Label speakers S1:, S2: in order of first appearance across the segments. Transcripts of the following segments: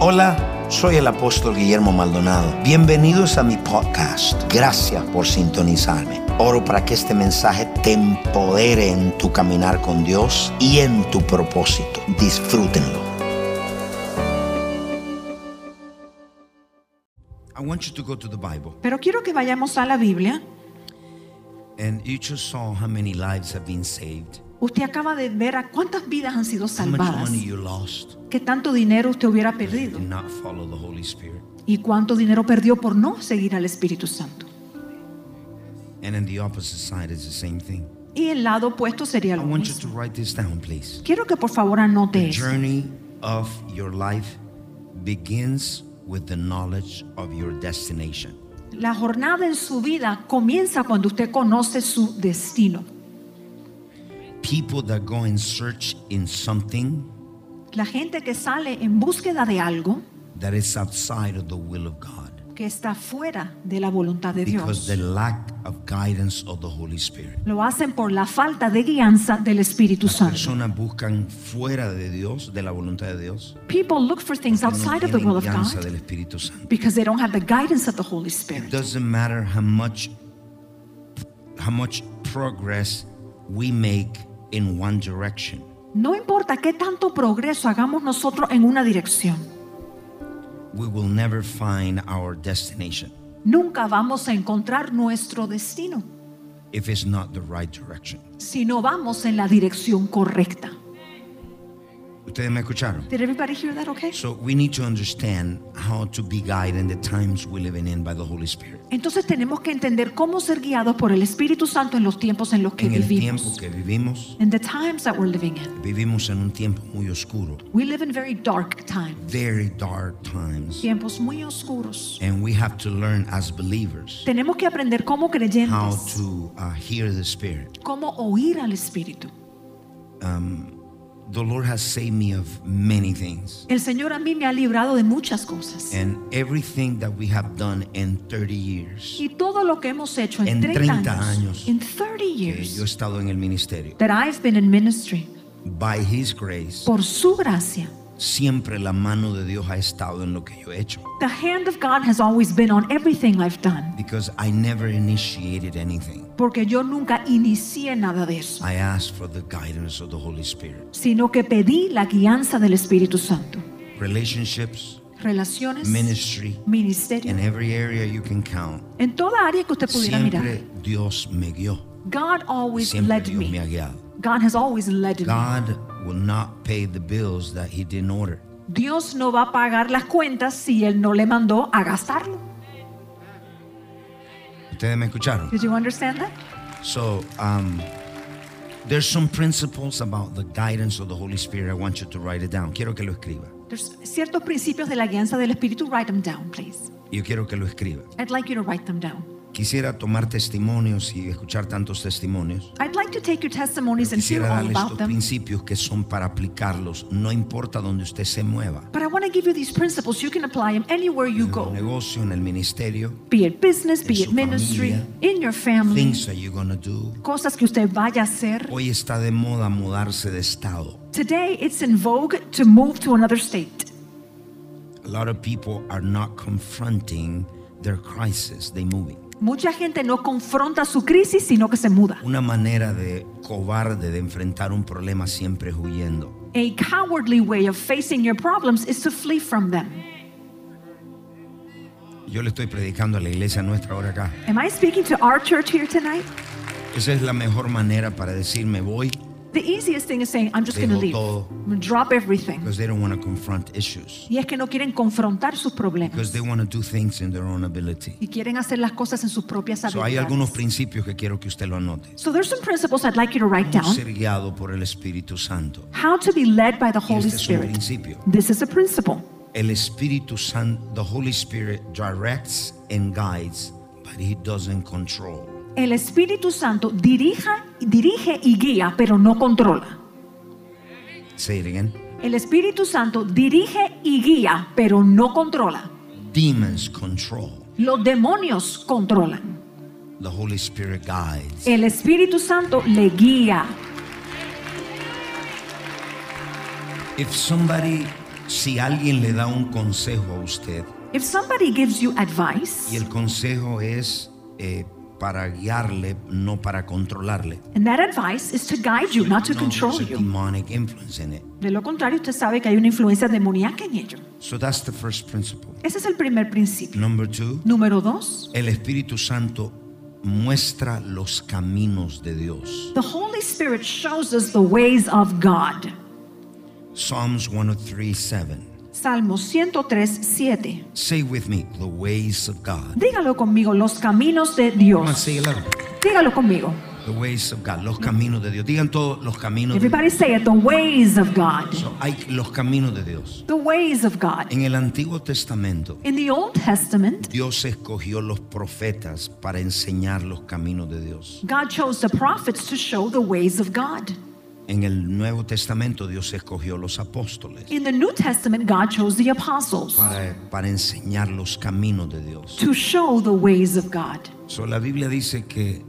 S1: Hola, soy el apóstol Guillermo Maldonado. Bienvenidos a mi podcast. Gracias por sintonizarme. Oro para que este mensaje te empodere en tu caminar con Dios y en tu propósito. Disfrútenlo.
S2: I want you to go to the Bible.
S3: Pero quiero que vayamos a la Biblia.
S2: And you just saw how many lives have been saved,
S3: Usted acaba de ver a cuántas vidas han sido
S2: how much
S3: salvadas,
S2: money you lost,
S3: qué tanto dinero usted hubiera perdido
S2: did not follow the Holy Spirit.
S3: y cuánto dinero perdió por no seguir al Espíritu Santo.
S2: And on the opposite side is the same thing.
S3: Y el lado opuesto sería
S2: I
S3: lo
S2: want you to
S3: mismo.
S2: write this down, please.
S3: Quiero que por favor anote
S2: The
S3: eso.
S2: journey of your life begins with the knowledge of your destination.
S3: La jornada en su vida comienza cuando usted conoce su destino.
S2: People that go and search in something
S3: La gente que sale en búsqueda de algo
S2: that is outside of the will of God
S3: que está fuera de la voluntad de
S2: because
S3: Dios
S2: the lack of guidance of the Holy Spirit.
S3: lo hacen por la falta de guianza del Espíritu
S2: Las
S3: Santo.
S2: personas buscan fuera de Dios, de la voluntad de Dios.
S3: People look for things
S2: porque
S3: outside
S2: no
S3: of the
S2: tienen
S3: will of
S2: guianza
S3: God
S2: del Espíritu Santo.
S3: because they don't have the guidance of the Holy
S2: It
S3: Spirit.
S2: doesn't matter how much how much progress we make in one direction.
S3: No importa qué tanto progreso hagamos nosotros en una dirección,
S2: We will never find our destination
S3: nunca vamos a encontrar nuestro destino
S2: if it's not the right direction.
S3: si no vamos en la dirección correcta.
S2: ¿Ustedes me escucharon?
S3: Did everybody hear that okay?
S2: So we need to understand how to be guided in the times we're living in by the Holy Spirit.
S3: Entonces tenemos que entender cómo ser guiados por el Espíritu Santo en los tiempos en los que
S2: En el tiempo
S3: vivimos.
S2: que vivimos,
S3: In the times that we're living in.
S2: vivimos en un tiempo muy oscuro,
S3: We live in very dark times,
S2: very dark times.
S3: tiempos muy oscuros.
S2: And we have to learn as believers
S3: Tenemos que aprender como
S2: how
S3: creyentes,
S2: to uh, hear the Spirit.
S3: cómo oír al Espíritu.
S2: The Lord has saved me of many things.
S3: El Señor a mí me ha librado de muchas cosas.
S2: And everything that we have done in 30 years
S3: Y todo lo que hemos hecho
S2: En
S3: en 30
S2: 30 años
S3: años, en 30
S2: que yo he
S3: years,
S2: estado en el ministerio,
S3: that I've been in ministry,
S2: by His grace,
S3: por su gracia,
S2: siempre la mano de Dios ha estado en lo que yo he hecho.
S3: the hand of God has always been on everything I've done.
S2: Because I never initiated anything.
S3: Porque yo nunca inicié nada de eso,
S2: I asked for the guidance of the Holy Spirit.
S3: sino que pedí la guianza del Espíritu Santo.
S2: Relationships,
S3: Relaciones,
S2: ministry,
S3: ministerio,
S2: in every area you can count.
S3: en toda área que usted pudiera mirar.
S2: Siempre Dios me guió.
S3: God always
S2: Siempre
S3: led
S2: Dios me ha
S3: me.
S2: guiado.
S3: God has always led me.
S2: God will not pay the bills that he didn't order.
S3: Dios no va a pagar las cuentas si Él no le mandó a gastarlo.
S2: Ustedes me escucharon.
S3: Did you understand that?
S2: So, um, there's some principles about the guidance of the Holy Spirit. I want you to write it down. Quiero que lo escriba.
S3: There's ciertos principios de la guianza del Espíritu. Write them down, please.
S2: Yo quiero que lo escriba.
S3: I'd like you to write them down.
S2: Quisiera tomar testimonios y escuchar tantos testimonios.
S3: I'd like to take your testimonies and hear
S2: Quisiera
S3: all
S2: darle
S3: about
S2: estos
S3: them.
S2: principios que son para aplicarlos, no importa donde usted se mueva.
S3: But I want to give you these principles. You can apply them anywhere you
S2: En el
S3: go.
S2: negocio, en el ministerio,
S3: Be it business,
S2: En
S3: be
S2: su
S3: it ministry,
S2: familia.
S3: in your family,
S2: things that you're gonna do.
S3: cosas que usted vaya a hacer.
S2: Hoy está de moda mudarse de estado.
S3: Today, it's in vogue to move to another state.
S2: A lot of people are not confronting their crisis, they moving.
S3: Mucha gente no confronta su crisis, sino que se muda.
S2: Una manera de cobarde de enfrentar un problema siempre es huyendo.
S3: A cowardly way of facing your problems is to flee from them.
S2: Yo le estoy predicando a la iglesia nuestra ahora acá.
S3: Am I speaking to our church here tonight?
S2: Esa es la mejor manera para decir me voy,
S3: The easiest thing is saying, I'm just going to
S2: Dejo
S3: leave.
S2: todo.
S3: I'm gonna Drop everything.
S2: because they don't want to confront issues.
S3: Y es que no quieren confrontar sus problemas.
S2: Because they want to do things in their own ability.
S3: Y quieren hacer las cosas en sus propias
S2: So hay algunos
S3: habilidades.
S2: principios que quiero que usted lo anote.
S3: So there's some principles I'd like you to write
S2: No
S3: down.
S2: ser guiado por el Espíritu Santo.
S3: How to be led by the
S2: Y este
S3: Holy
S2: es un
S3: Spirit.
S2: principio.
S3: This is a principle.
S2: El Espíritu Santo, the Holy Spirit directs and guides, but he doesn't control.
S3: El Espíritu Santo dirija, dirige y guía, pero no controla.
S2: Say it again.
S3: El Espíritu Santo dirige y guía, pero no controla.
S2: Demons control.
S3: Los demonios controlan.
S2: The Holy Spirit guides.
S3: El Espíritu Santo le guía.
S2: If somebody Si alguien le da un consejo a usted
S3: If somebody gives you advice,
S2: y el consejo es eh, para guiarle, no para controlarle.
S3: and that advice is to guide you, not to
S2: No,
S3: control
S2: there's a
S3: you.
S2: demonic influence in it.
S3: De lo contrario, usted sabe que hay una influencia demoníaca en ello.
S2: So that's the first principle.
S3: Ese es el primer principio.
S2: Number two,
S3: Número dos,
S2: el Espíritu Santo muestra los caminos de Dios.
S3: the Holy Spirit shows us the ways of God.
S2: Psalms 103, 7.
S3: Salmo 103, 7.
S2: Say with me, the ways of God.
S3: Dígalo conmigo, los caminos de
S2: Come on,
S3: Dios.
S2: say it loud.
S3: Dígalo conmigo.
S2: The ways of God, los caminos de Dios. Digan todos los caminos de Dios.
S3: Everybody say it, the ways of God.
S2: So, hay los caminos de Dios.
S3: The ways of God.
S2: En el Antiguo Testamento,
S3: In the Old Testament,
S2: Dios escogió los profetas para enseñar los caminos de Dios.
S3: God chose the prophets to show the ways of God.
S2: En el Nuevo Testamento, Dios escogió los apóstoles
S3: In the New Testament, God chose the apostles
S2: para, para enseñar los caminos de Dios.
S3: to show the ways of God.
S2: So, la Biblia dice que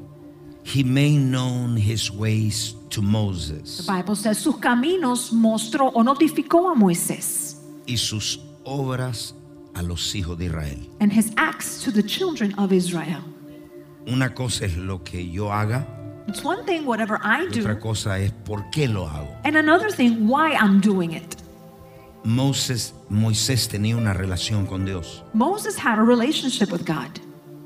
S2: he made known his ways to
S3: The
S2: Moses
S3: Bible says, sus caminos mostró o notificó a Moisés
S2: y sus obras a los hijos de Israel.
S3: and his acts to the children of Israel.
S2: Una cosa es lo que yo haga,
S3: It's one thing, whatever I
S2: y otra
S3: do,
S2: cosa es por qué lo hago.
S3: and another thing, why I'm doing it.
S2: Moses, Moisés tenía una relación con Dios
S3: Moses had a relationship with God.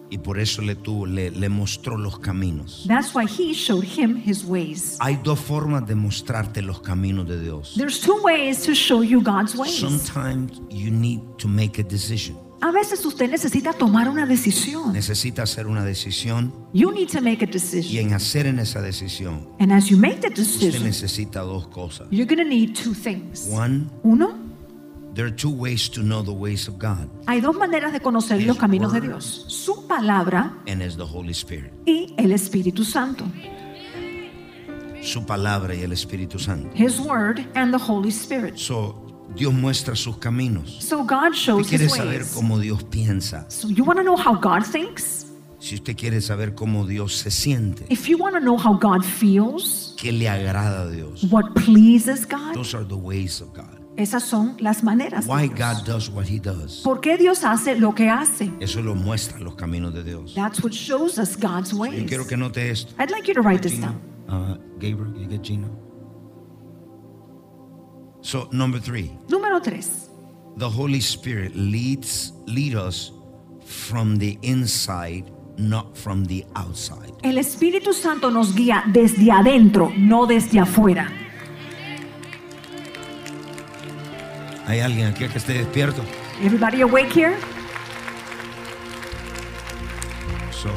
S2: y por eso le tuvo, le, le mostró los caminos.
S3: That's why he showed him his ways.
S2: Hay dos formas de mostrarte los caminos de Dios.
S3: There's two ways to show you God's ways.
S2: Sometimes you need to make a decision.
S3: A veces usted necesita tomar una decisión.
S2: Necesitas hacer una decisión
S3: You need to make a
S2: y
S3: decision.
S2: en hacer en esa decisión
S3: And as you make the
S2: Usted
S3: decision,
S2: necesita dos cosas.
S3: you're going to need two things.
S2: One,
S3: Uno,
S2: there are two ways to know the ways of God,
S3: hay dos maneras de conocer
S2: His
S3: los caminos de
S2: word.
S3: Dios. Su palabra
S2: and it's the Holy Spirit.
S3: y el Espíritu Santo.
S2: Su palabra y el Espíritu Santo.
S3: His word and the Holy Spirit.
S2: So, Dios muestra sus caminos.
S3: So God
S2: Si
S3: shows
S2: usted quiere
S3: his
S2: saber
S3: ways.
S2: cómo Dios piensa,
S3: So you want to know how God thinks?
S2: si usted quiere saber cómo Dios se siente,
S3: If you want to know how God feels,
S2: qué le agrada a Dios.
S3: what pleases God,
S2: Those are the ways of God.
S3: esas son las maneras. de
S2: Why
S3: Dios.
S2: God does what he does.
S3: ¿Por qué Dios hace lo que hace?
S2: Eso lo muestra los caminos de Dios.
S3: That's what shows us God's
S2: Yo
S3: ways.
S2: quiero que note esto.
S3: I'd like you to write this
S2: Gino.
S3: down.
S2: Uh, Gabriel, you get Gino. So number three,
S3: Número tres.
S2: the Holy Spirit leads lead us from the inside, not from the outside.
S3: El Espíritu Santo nos guía desde adentro, no desde afuera.
S2: Hay alguien aquí que esté despierto.
S3: Everybody awake here?
S2: So,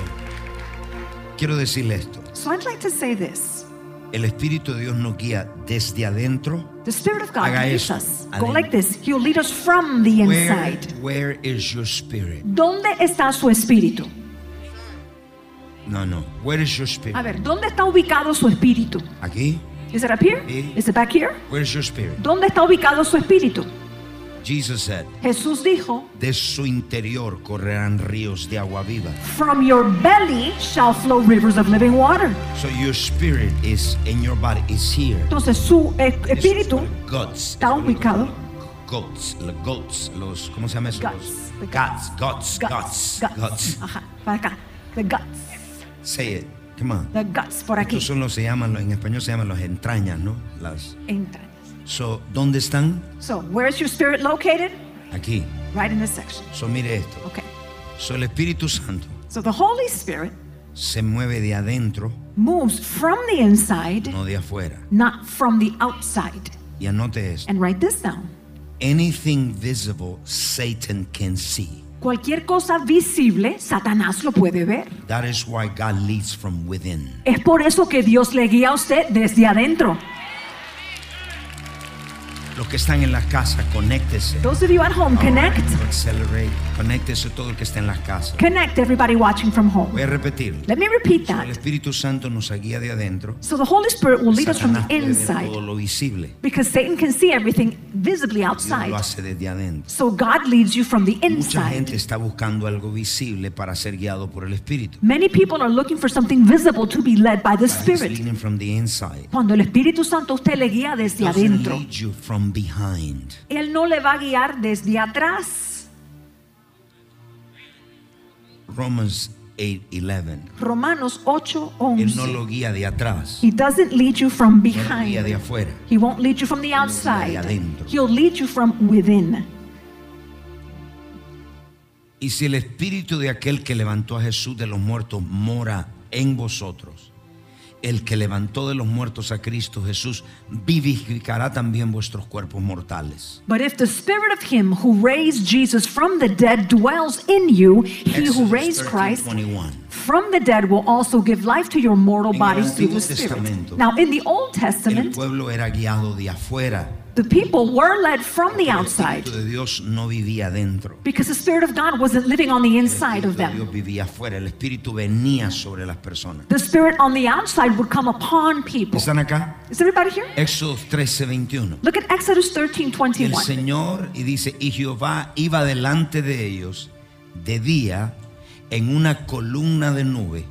S2: quiero decirle esto.
S3: So I'd like to say this.
S2: El Espíritu de Dios nos guía desde adentro.
S3: The Spirit of God
S2: Haga
S3: leads
S2: esto.
S3: us. Go
S2: Adentro.
S3: like this. He'll lead us from the
S2: Where,
S3: inside.
S2: where is your spirit?
S3: ¿Dónde está su espíritu?
S2: No, no. Where is your
S3: A
S2: spirit?
S3: ver, ¿dónde está ubicado su espíritu?
S2: Aquí.
S3: Is it up here?
S2: Sí.
S3: Is it back here?
S2: Where is your spirit?
S3: ¿Dónde está ubicado su espíritu?
S2: Jesus said,
S3: Jesús dijo,
S2: De su interior correrán ríos de agua viva.
S3: From your belly shall flow rivers of living water.
S2: So your spirit is in your body is here.
S3: Entonces su e- espíritu,
S2: Guts.
S3: está ubicado.
S2: Guts, los guts, los ¿cómo se llama eso?
S3: Guts.
S2: Los guts, guts, guts,
S3: guts,
S2: guts.
S3: Ajá, para acá. The guts,
S2: Say it. Come on.
S3: the guts, por aquí.
S2: Estos son los se llaman, los- en español se llaman los entrañas, ¿no? Las.
S3: Entrañas.
S2: So, ¿dónde están?
S3: So, where's your spirit located?
S2: Aquí.
S3: Right in this section.
S2: So, mire esto.
S3: Okay.
S2: So, el Espíritu Santo
S3: So the Holy Spirit
S2: se mueve de adentro,
S3: moves from the inside,
S2: no de afuera.
S3: not from the outside.
S2: Y anote esto.
S3: And write this down.
S2: Anything visible, Satan can see.
S3: Cualquier cosa visible, Satanás lo puede ver.
S2: That is why God leads from within.
S3: Es por eso que Dios le guía a usted desde adentro.
S2: Los que están en las casas, conéctese.
S3: Those of you at home, connect.
S2: Accelerate. Conéctese todo el que está en las casas.
S3: Connect, everybody watching from home.
S2: Voy a repetirlo.
S3: Let me repeat
S2: El
S3: that.
S2: Espíritu Santo nos guía de adentro.
S3: So the Holy Spirit will lead us from the
S2: Satanás puede ver todo
S3: inside
S2: lo visible.
S3: because Satan can see everything visibly
S2: Dios lo
S3: outside.
S2: hace desde adentro.
S3: So God leads you from the
S2: Mucha
S3: inside.
S2: gente está buscando algo visible para ser guiado por el Espíritu.
S3: Many people are looking for something visible to be led by the
S2: But he's
S3: Spirit.
S2: leading from the inside.
S3: Cuando el Espíritu Santo a usted le guía desde
S2: Doesn't
S3: adentro,
S2: lead you from from behind.
S3: Él no le va a guiar desde atrás.
S2: Romans 8:11.
S3: Romanos
S2: Él no
S3: 8:11.
S2: lo guía de atrás,
S3: He doesn't lead you from
S2: no lo guía de
S3: behind.
S2: afuera.
S3: He won't lead you from the
S2: de
S3: outside.
S2: adentro.
S3: He'll lead you from within.
S2: Y si el espíritu de aquel que levantó a Jesús de los muertos mora en vosotros, el que levantó de los muertos a Cristo Jesús vivificará también vuestros cuerpos mortales.
S3: But if the spirit of him who raised Jesus from the dead dwells in you, he who
S2: Éxodo
S3: raised Christ
S2: 13:21.
S3: from the dead will also give life to your mortal
S2: En el
S3: bodies through the
S2: Antiguo Testamento,
S3: Spirit. Now, in the Old
S2: El
S3: Testament,
S2: pueblo era guiado de afuera.
S3: the people were led from the
S2: El
S3: outside
S2: espíritu de Dios no vivía dentro.
S3: because the Spirit of God wasn't living on the
S2: El
S3: inside
S2: espíritu
S3: of
S2: de
S3: them.
S2: Dios vivía afuera. El espíritu venía sobre las personas.
S3: The Spirit on the outside would come upon people.
S2: ¿Están acá?
S3: Is everybody here?
S2: Éxodo 13:21.
S3: Look at Exodus 13
S2: Y el
S3: 21.
S2: Señor, y dice, y Jehová iba delante de ellos de día en una columna de nube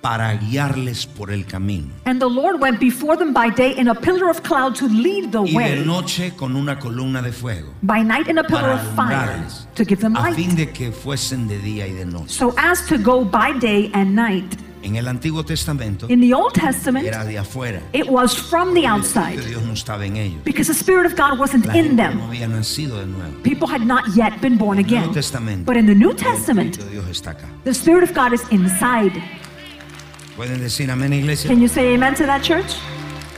S2: para guiarles por el camino.
S3: And the Lord went before them by day in a pillar of cloud to lead the
S2: Y de
S3: way,
S2: noche con una columna de fuego
S3: by night in a pillar
S2: para
S3: of fire
S2: alumbrarles
S3: to give them
S2: a
S3: light.
S2: fin de que fuesen de día y de noche.
S3: so as to go by day and night.
S2: En el Antiguo Testamento
S3: In the Old Testament,
S2: era de afuera.
S3: it was from the
S2: El Espíritu de
S3: outside
S2: Dios no estaba en ellos.
S3: because the Spirit of God wasn't
S2: La
S3: in
S2: gente
S3: them.
S2: no había nacido de nuevo.
S3: People had not yet been born
S2: En el
S3: again.
S2: Nuevo Testamento.
S3: But in the New
S2: El
S3: Testament,
S2: Espíritu de Dios está acá.
S3: the Spirit of God is inside.
S2: Pueden decir amén, iglesia.
S3: Can you say amen to that, church?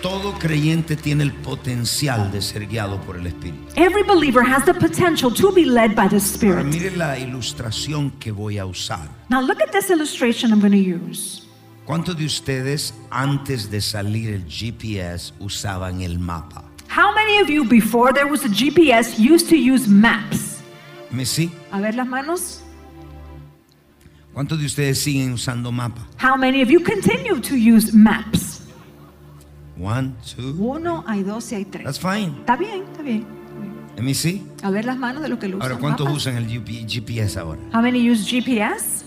S2: Todo creyente tiene el potencial de ser guiado por el Espíritu.
S3: Every believer has the potential to be led by the
S2: Ahora
S3: Spirit.
S2: mire la ilustración que voy a usar.
S3: Now, look at this illustration I'm going to use.
S2: ¿Cuántos de ustedes antes de salir el GPS usaban el mapa?
S3: How many of you, before there was a GPS, used to use maps?
S2: ¿Me sí?
S3: A ver las manos.
S2: ¿Cuántos de ustedes siguen usando mapa?
S3: How many of you continue to use maps?
S2: One, two.
S3: Uno, hay dos y hay tres.
S2: That's fine.
S3: Está bien, está bien.
S2: ¿Me sí?
S3: A ver las manos de los que lo usan.
S2: Ahora, ¿cuántos
S3: mapas.
S2: usan el UP GPS ahora?
S3: How many use GPS?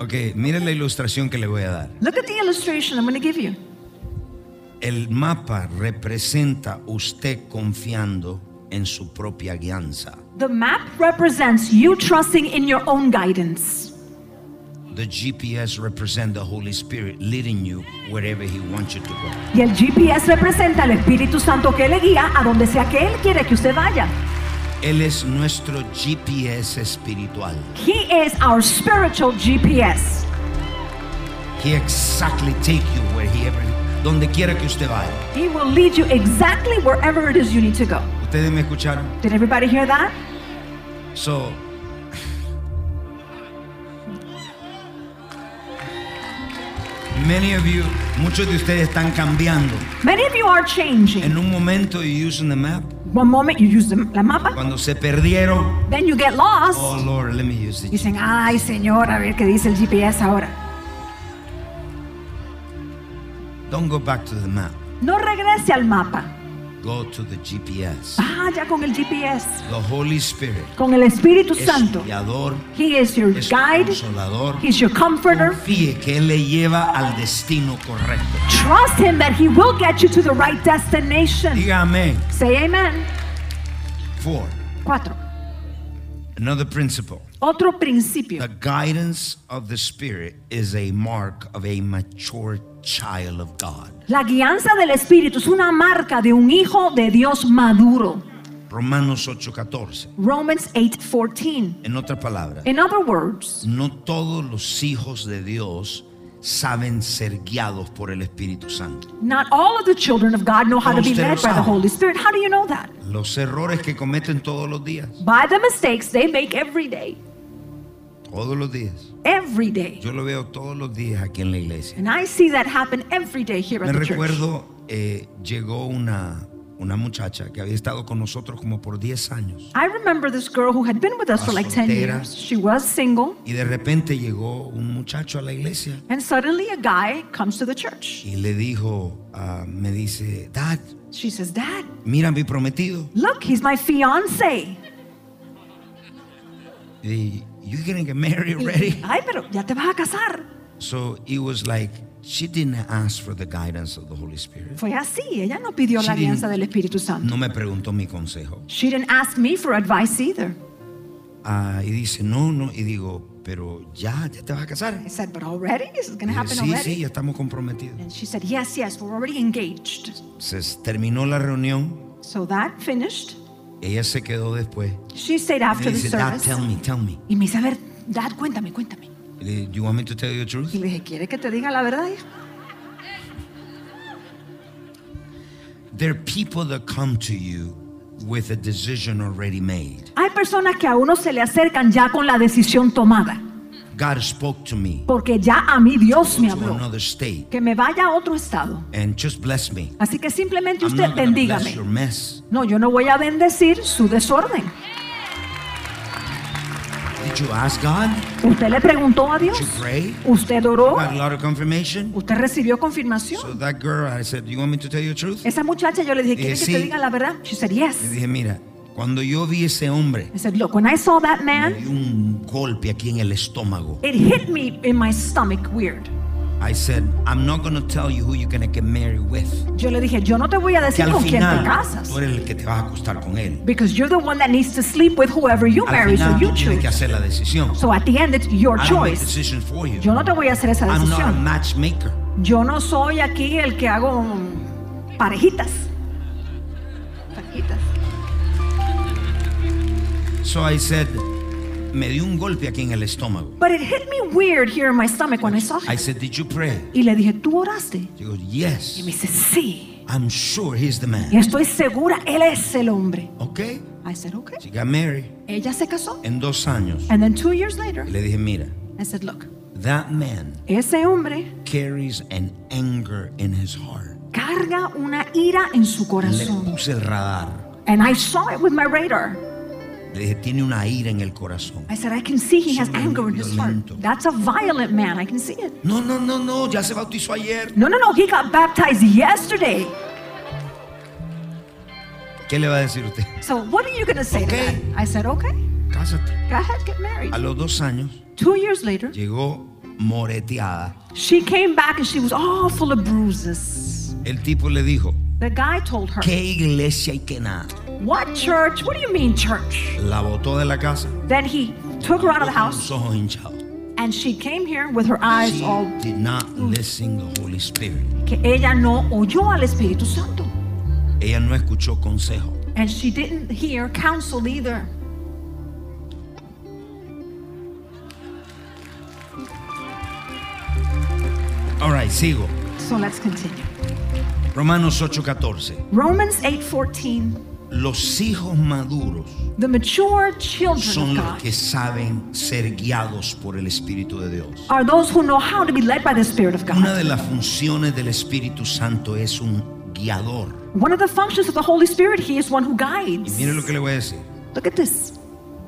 S2: Ok, mire la ilustración que le voy a dar.
S3: Look at the illustration I'm going to give you.
S2: El mapa representa usted confiando en su propia guianza.
S3: The map represents you trusting in your own guidance.
S2: The GPS represents the Holy Spirit leading you wherever He wants you to go.
S3: Y el GPS representa al Espíritu Santo que le guía a donde sea que Él quiere que usted vaya.
S2: Él es nuestro GPS espiritual.
S3: He is our spiritual GPS.
S2: He exactly take you where he ever, donde quiera que usted vaya.
S3: He will lead you exactly wherever it is you need to go.
S2: ¿Ustedes me escucharon?
S3: Did everybody hear that?
S2: So, many of you, muchos de ustedes están cambiando.
S3: Many of you are changing.
S2: En un momento you using the map,
S3: One moment you use the la mapa,
S2: cuando se perdieron,
S3: then you get lost.
S2: oh Lord, let me use the
S3: Dicen, ay señor, a ver qué dice el GPS ahora.
S2: Don't go back to the map.
S3: No regrese al mapa.
S2: Go to the GPS.
S3: Vaya con el GPS,
S2: The Holy Spirit
S3: con el Espíritu
S2: es
S3: Santo.
S2: guiador,
S3: He is your
S2: es
S3: guide.
S2: consolador.
S3: He's your comforter.
S2: Confíe que Él le lleva al destino correcto.
S3: Trust him that he will get you to the right destination.
S2: Dígame.
S3: Say amen.
S2: Four.
S3: Cuatro.
S2: Another principle.
S3: Otro principio.
S2: The guidance of the Spirit is a mark of a mature child of God.
S3: La guianza del Espíritu es una marca de un hijo de Dios maduro.
S2: Romanos 8:14.
S3: Romans 8:14.
S2: En otras palabras,
S3: In other words,
S2: no todos los hijos de Dios saben ser guiados por el Espíritu Santo.
S3: not all of the children of God know how to be led by the Holy Spirit. How do you know that?
S2: Los errores que cometen todos los días,
S3: By the mistakes they make every day.
S2: todos los días.
S3: Every day.
S2: Yo lo veo todos los días aquí en la iglesia.
S3: And I see that happen every day here
S2: Me
S3: at the church.
S2: recuerdo, eh, llegó una, una muchacha que había estado con nosotros como por 10 años
S3: I remember this girl who had been with us for like 10
S2: Soltera.
S3: years. She was single,
S2: y de repente llegó un muchacho a la iglesia
S3: and suddenly a guy comes to the church.
S2: y le dijo, ah, me dice, Dad,
S3: She says, Dad,
S2: mira a mi prometido.
S3: look, he's my fiance.
S2: Y, you gonna get married
S3: Y-
S2: already?
S3: Ay, pero ya te vas a casar.
S2: So it was like, She didn't ask for the guidance of the Holy Spirit.
S3: Fue así, ella no pidió
S2: She
S3: la alianza
S2: didn't-
S3: del Espíritu Santo.
S2: No me preguntó mi consejo.
S3: She didn't ask me for advice either.
S2: Ah, y dice, no, no. Y digo, pero ya, ya te vas a casar.
S3: I said, but already? This is going
S2: Y
S3: to
S2: dice,
S3: happen
S2: sí,
S3: already?
S2: sí, ya estamos comprometidos.
S3: And she said, yes, yes, we're already engaged.
S2: Se s- terminó la reunión.
S3: So that finished.
S2: Ella se quedó después.
S3: She stayed
S2: Y le
S3: after the
S2: dice, Dad,
S3: service.
S2: tell me, tell me.
S3: Y me dice, a ver, Dad, cuéntame, cuéntame.
S2: Y le digo, you want me to tell you the
S3: Y
S2: truth?
S3: le dije, ¿quieres que te diga la verdad, hija?
S2: There are people that come to you with a decision already made.
S3: Hay personas que a uno se le acercan ya con la decisión tomada.
S2: God spoke to me
S3: Porque ya a mí Dios me
S2: to
S3: habló.
S2: another state
S3: Que me vaya a otro estado.
S2: and just bless me.
S3: Así que simplemente
S2: I'm
S3: usted
S2: not gonna bless your
S3: bendígame.
S2: mess.
S3: No, yo no voy a bendecir su desorden.
S2: Did you ask God?
S3: Usted le preguntó a Dios.
S2: Did you pray?
S3: Usted oró.
S2: Got a lot of confirmation.
S3: Usted recibió
S2: So
S3: confirmación.
S2: that girl, I said, you want me to tell you the truth?
S3: Esa muchacha yo le dije, ¿quieres
S2: Dije,
S3: que te
S2: sí.
S3: diga la verdad? She said,
S2: Le
S3: yes.
S2: dije, mira, cuando yo vi ese hombre,
S3: I said, look, when I saw that
S2: me
S3: man,
S2: dio un golpe aquí en el estómago.
S3: it hit me in my stomach weird.
S2: I said, I'm not going to tell you who you're going to get married with.
S3: Yo le dije, yo no te voy a
S2: Que
S3: decir
S2: al
S3: con quién te
S2: final,
S3: casas.
S2: tú eres el que te vas a acostar con él.
S3: Because you're the one that needs to sleep with whoever you
S2: Al
S3: marry, so
S2: final,
S3: you
S2: tú tienes que
S3: choose.
S2: hacer la decisión.
S3: So at the end, it's your
S2: I don't make
S3: choice.
S2: decisions for you.
S3: Yo no te voy a hacer esa
S2: I'm not a
S3: decisión.
S2: matchmaker.
S3: Yo no soy aquí el que hago mm, parejitas. Parejitas.
S2: So I said, me dio un golpe aquí en el estómago.
S3: But it hit me weird here in my stomach when I saw
S2: I
S3: him.
S2: said, did you pray?
S3: Y le dije, ¿tú oraste?
S2: She goes,
S3: Y
S2: yes.
S3: me dice, sí.
S2: I'm sure he's the
S3: Y
S2: man.
S3: estoy segura, él es el hombre.
S2: Okay.
S3: I said, okay.
S2: She got married
S3: Ella se casó.
S2: en dos años.
S3: And then two years later,
S2: Le dije, mira,
S3: I said, look,
S2: that man
S3: ese hombre
S2: carries an anger in his heart.
S3: carga una ira en su
S2: Le
S3: corazón.
S2: puse el radar.
S3: And I saw it with my radar.
S2: Le dije, tiene una ira en el corazón.
S3: I said, I can see he has
S2: Soy
S3: anger in his heart.
S2: violento.
S3: That's a violent man. I can see it.
S2: No, no, no, no, ya se bautizó ayer.
S3: No, no, no. He got baptized yesterday.
S2: ¿Qué le va a decir usted?
S3: So what are you going to say to
S2: Okay.
S3: that? I said, okay.
S2: Cásate.
S3: Go ahead, get married.
S2: A los dos años
S3: Two years later,
S2: llegó moreteada.
S3: she came back and she was all full of bruises.
S2: El tipo le dijo,
S3: The guy told her,
S2: ¿qué iglesia y qué nada?
S3: What church? What do you mean, church?
S2: La botó de la casa.
S3: Then he took her out of the
S2: con Los
S3: house
S2: ojos hinchados.
S3: and she came here with her eyes
S2: She
S3: all. Mm.
S2: did not listen the Holy Spirit.
S3: Que ella no oyó al Espíritu Santo.
S2: Ella no escuchó consejo.
S3: And she didn't hear counsel either.
S2: All right, sigo.
S3: So let's continue.
S2: Romanos 8:14.
S3: Romans 8:14.
S2: Los hijos maduros
S3: The mature children
S2: son
S3: of
S2: los
S3: God
S2: que saben ser guiados por el Espíritu de Dios.
S3: are those who know how to be led by the Spirit of
S2: Una
S3: God.
S2: de las funciones del Espíritu Santo es un guiador.
S3: One of the functions of the Holy Spirit, He is one who
S2: Y
S3: guides.
S2: mire lo que le voy a decir.
S3: Look at this.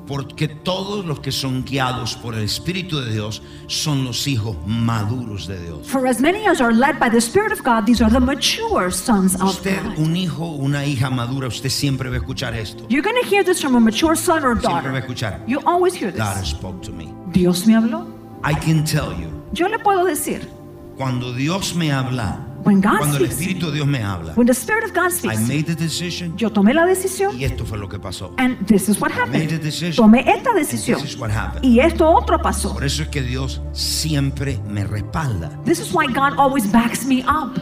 S2: Porque todos los que son guiados por el Espíritu de Dios son los hijos maduros de Dios.
S3: For as many as are led by the Spirit of God, these are the mature sons of
S2: Usted,
S3: God.
S2: un hijo, una hija madura, usted siempre va a escuchar esto.
S3: You're going to hear this from a mature son or
S2: Siempre va a
S3: daughter.
S2: escuchar.
S3: You always hear
S2: God
S3: this.
S2: spoke to me.
S3: Dios me habló.
S2: I can tell you.
S3: Yo le puedo decir,
S2: Cuando Dios me habla,
S3: when God
S2: cuando el
S3: speaks,
S2: Espíritu de Dios me habla,
S3: when the Spirit of God
S2: I
S3: speaks,
S2: made the decision
S3: yo tomé la decisión
S2: y esto fue lo que pasó.
S3: and this is what
S2: made
S3: happened.
S2: the decision.
S3: Tomé esta
S2: This
S3: decisión
S2: is what happened.
S3: y esto otro pasó.
S2: Por eso es que Dios siempre me respalda.
S3: This is why God always backs me up.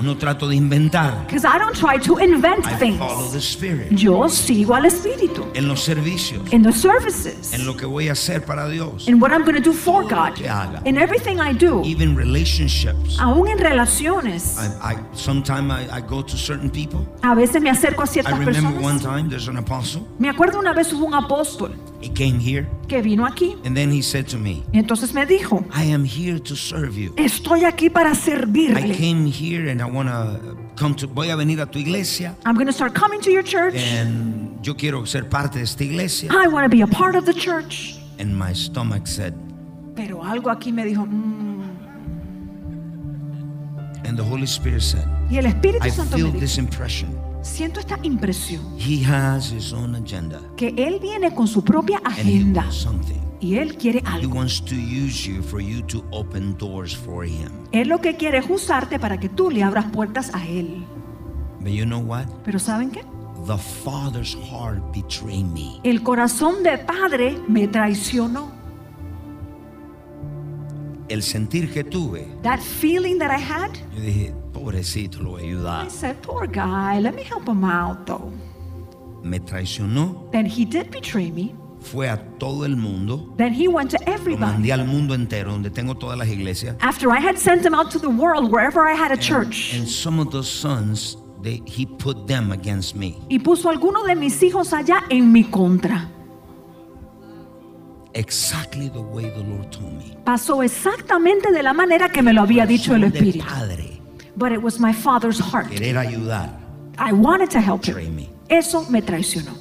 S2: No trato de inventar.
S3: Because I don't try to invent
S2: I follow
S3: things.
S2: the Spirit.
S3: Yo sigo al Espíritu.
S2: En los servicios,
S3: In the services.
S2: en lo que voy a hacer para Dios,
S3: In what I'm going to do for
S2: Todo lo
S3: God.
S2: que haga.
S3: In everything I do.
S2: even relationships.
S3: Aún en relaciones.
S2: I, I sometimes I, I go to certain people.
S3: A veces me acerco a
S2: I
S3: ciertas
S2: remember one
S3: personas.
S2: time there's an apostle.
S3: Me acuerdo una vez hubo un apóstol
S2: He came here
S3: que vino aquí.
S2: and then he said to me,
S3: Y entonces me dijo,
S2: I am here to serve you.
S3: estoy aquí para
S2: I
S3: servirle.
S2: came here and I want to come to voy a venir a tu iglesia
S3: I'm going to start coming to your church.
S2: and yo quiero ser parte de esta iglesia
S3: I want to be a part of the church.
S2: and my stomach said
S3: Pero algo aquí me dijo, "Mm".
S2: and the Holy Spirit said
S3: y el Espíritu
S2: I
S3: Santo
S2: feel
S3: me dijo,
S2: this impression
S3: siento esta impresión
S2: he has his own agenda
S3: que él viene con su propia
S2: and he
S3: agenda
S2: wants something
S3: Y Él quiere
S2: He
S3: algo.
S2: wants to use you for you to open doors for Him.
S3: Él lo que quiere es usarte para que tú le abras puertas a Él.
S2: But you know what?
S3: Pero ¿saben qué?
S2: The Father's heart betrayed me.
S3: El corazón de padre me traicionó.
S2: El sentir que tuve,
S3: That feeling that I had,
S2: yo dije, pobrecito, lo voy a
S3: I
S2: ayudar.
S3: said, poor guy, let me help him out though.
S2: Me traicionó,
S3: Then he did betray me.
S2: fue a todo el mundo,
S3: Then he went to
S2: lo
S3: everybody.
S2: mandé al mundo entero, donde tengo todas las iglesias.
S3: After I had sent him out to the world, wherever I had a church,
S2: And some of those sons, they, he put them against me.
S3: y puso alguno de mis hijos allá en mi contra.
S2: Exactly the way the Lord told me.
S3: Pasó exactamente de la manera que me lo había dicho el
S2: Corazón de
S3: Espíritu.
S2: padre,
S3: But it was my father's heart.
S2: querer ayudar.
S3: I wanted to help
S2: Betray me.
S3: him. Eso me traicionó.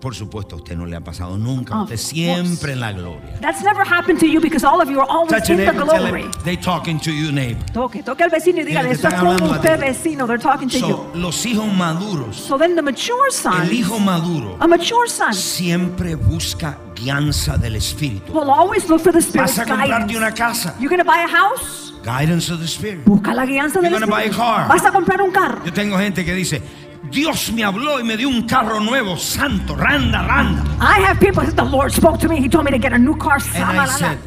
S2: Por supuesto, a usted no le ha pasado nunca.
S3: Of
S2: Usted
S3: course.
S2: siempre en la gloria.
S3: That's never happened to you because all of you are always
S2: Touch your
S3: in the
S2: neighbor, tell
S3: glory.
S2: him, they talking to you, neighbor.
S3: Toque, toque al vecino y
S2: Dile
S3: dígale,
S2: que
S3: esto es
S2: están
S3: como
S2: hablando a
S3: usted
S2: ti."
S3: vecino. They're talking to
S2: So,
S3: you.
S2: los hijos maduros,
S3: So then the mature son,
S2: el hijo maduro,
S3: a mature son,
S2: siempre busca guianza del Espíritu.
S3: will always look for the
S2: Vas
S3: spirit's
S2: a comprarte
S3: guidance.
S2: una casa,
S3: You're going to buy a house?
S2: guidance of the Spirit.
S3: Busca la guianza del
S2: You're gonna buy a
S3: espíritu.
S2: car.
S3: Vas a comprar un carro.
S2: Yo tengo gente que dice, Dios me habló y me dio un carro nuevo, santo, randa, randa.
S3: I have people that the Lord spoke to me. He told me to get a new car.
S2: And I
S3: sabalala.
S2: said,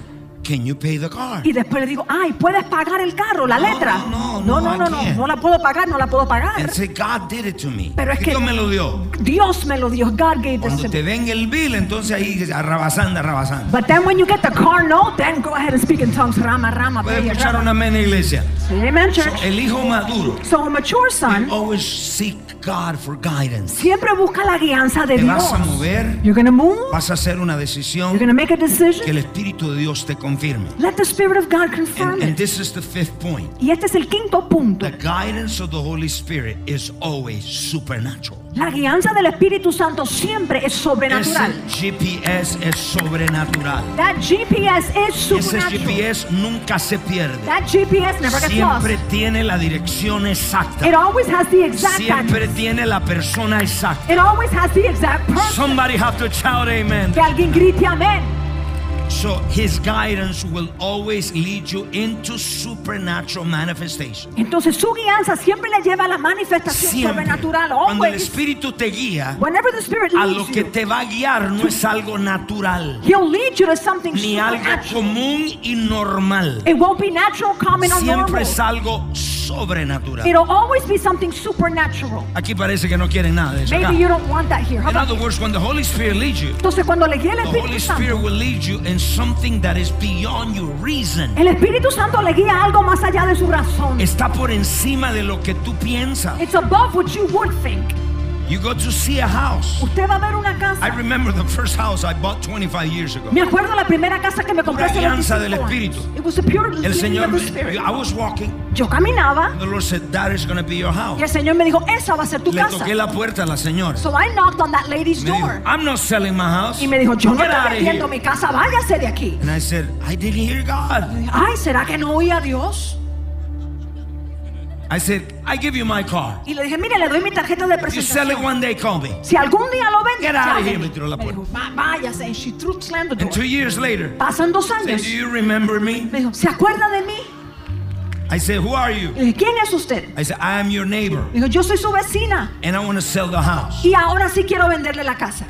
S2: can you pay the car?
S3: Y después le digo, ay, ¿puedes pagar el carro, la
S2: No,
S3: letra?
S2: no, no, no,
S3: no, no,
S2: I
S3: no,
S2: can't.
S3: no la puedo pagar, no la puedo pagar.
S2: And say, God did it to me.
S3: Pero es
S2: Y
S3: que-
S2: Dios me lo dio.
S3: Dios me lo dio. God gave this
S2: Cuando
S3: to me.
S2: te ven el bill, entonces ahí arrabasando, arrabasando.
S3: But then when you get the car note, then go ahead and speak in tongues. Rama, rama,
S2: Puedes
S3: bella,
S2: escuchar una
S3: rama.
S2: eh, amén, iglesia.
S3: Amen, church.
S2: El hijo maduro.
S3: So a mature son
S2: Always seek God for guidance.
S3: siempre busca la guianza de
S2: Te
S3: Dios.
S2: vas a mover,
S3: You're going to move.
S2: vas a hacer una
S3: You're
S2: decisión
S3: going to make a
S2: que
S3: decision.
S2: el Espíritu de Dios te confirme.
S3: Let the Spirit of God
S2: And,
S3: confirm
S2: and
S3: it.
S2: this is the fifth point.
S3: Y este es el quinto punto.
S2: The guidance of the Holy Spirit is always supernatural.
S3: La guianza del Espíritu Santo siempre es
S2: Ese
S3: sobrenatural.
S2: GPS es sobrenatural.
S3: That GPS is
S2: Ese
S3: supernatural.
S2: GPS nunca se pierde.
S3: That GPS never gets lost.
S2: Siempre tiene la dirección exacta.
S3: It always has the exact
S2: Siempre
S3: address.
S2: tiene la persona exacta.
S3: It always has the exact person.
S2: Somebody have to shout amen.
S3: Que alguien grite amén.
S2: So his guidance will always lead you into supernatural manifestation.
S3: Entonces su guianza siempre le lleva a la manifestación
S2: Siempre.
S3: sobrenatural.
S2: Cuando el
S3: Always.
S2: Espíritu te guía,
S3: Whenever the Spirit
S2: a lo
S3: leads
S2: que
S3: you,
S2: te va a guiar no es algo natural.
S3: He'll lead you to something
S2: ni algo
S3: supernatural.
S2: común y normal.
S3: It won't be natural, common, or normal.
S2: Siempre es algo sobrenatural.
S3: It'll always be something supernatural.
S2: Aquí parece que no quieren nada de eso. acá.
S3: Maybe you don't want that here. How
S2: In
S3: about-
S2: other words, when the Holy Spirit leads you,
S3: Entonces cuando le guía el
S2: the Holy
S3: Espíritu
S2: Spirit
S3: Santo,
S2: will lead you in something that is beyond your reason.
S3: el Espíritu Santo le guía algo más allá de su razón.
S2: Está por encima de lo que tú piensas.
S3: It's above what you would think.
S2: You go to see a house.
S3: Usted va a ver una
S2: I
S3: casa.
S2: remember the first house I bought 25 years ago.
S3: Me acuerdo la primera casa que me compré hace
S2: Pura alianza
S3: 25
S2: del
S3: años.
S2: Espíritu.
S3: It was a pure
S2: El
S3: leading
S2: Señor,
S3: of the Spirit.
S2: I was walking.
S3: Yo caminaba
S2: The Lord said, that is going to be your house.
S3: y el Señor me dijo, esa va a ser tu
S2: Le
S3: casa.
S2: toqué la puerta a la señora.
S3: So I knocked on that lady's
S2: Me dijo, "Ah,
S3: door.
S2: I'm not selling my house.
S3: Y me dijo, yo no
S2: Get out
S3: estoy
S2: of here.
S3: vendiendo mi casa, váyase de aquí.
S2: And I said, I didn't hear God.
S3: Ay, ¿será que no oí a Dios?
S2: I said, I give you my car.
S3: Y le dije, mire, le doy mi tarjeta de
S2: If you sell it
S3: presentación.
S2: one day, call me.
S3: Si algún día lo vende,
S2: Get out of here,
S3: llámeme.
S2: me tiró la
S3: Me
S2: puerta.
S3: dijo, "Va- váyase. And she threw- slammed the
S2: And two
S3: door.
S2: years later,
S3: Pasan dos
S2: I said,
S3: años.
S2: Do you remember me?
S3: Me dijo, ¿se acuerda de mí?
S2: I said, Who are you?
S3: Le dije, ¿quién es usted?
S2: I said, I am your neighbor
S3: Me dijo, yo soy su vecina.
S2: and I want to sell the house.
S3: Y ahora sí quiero venderle la casa.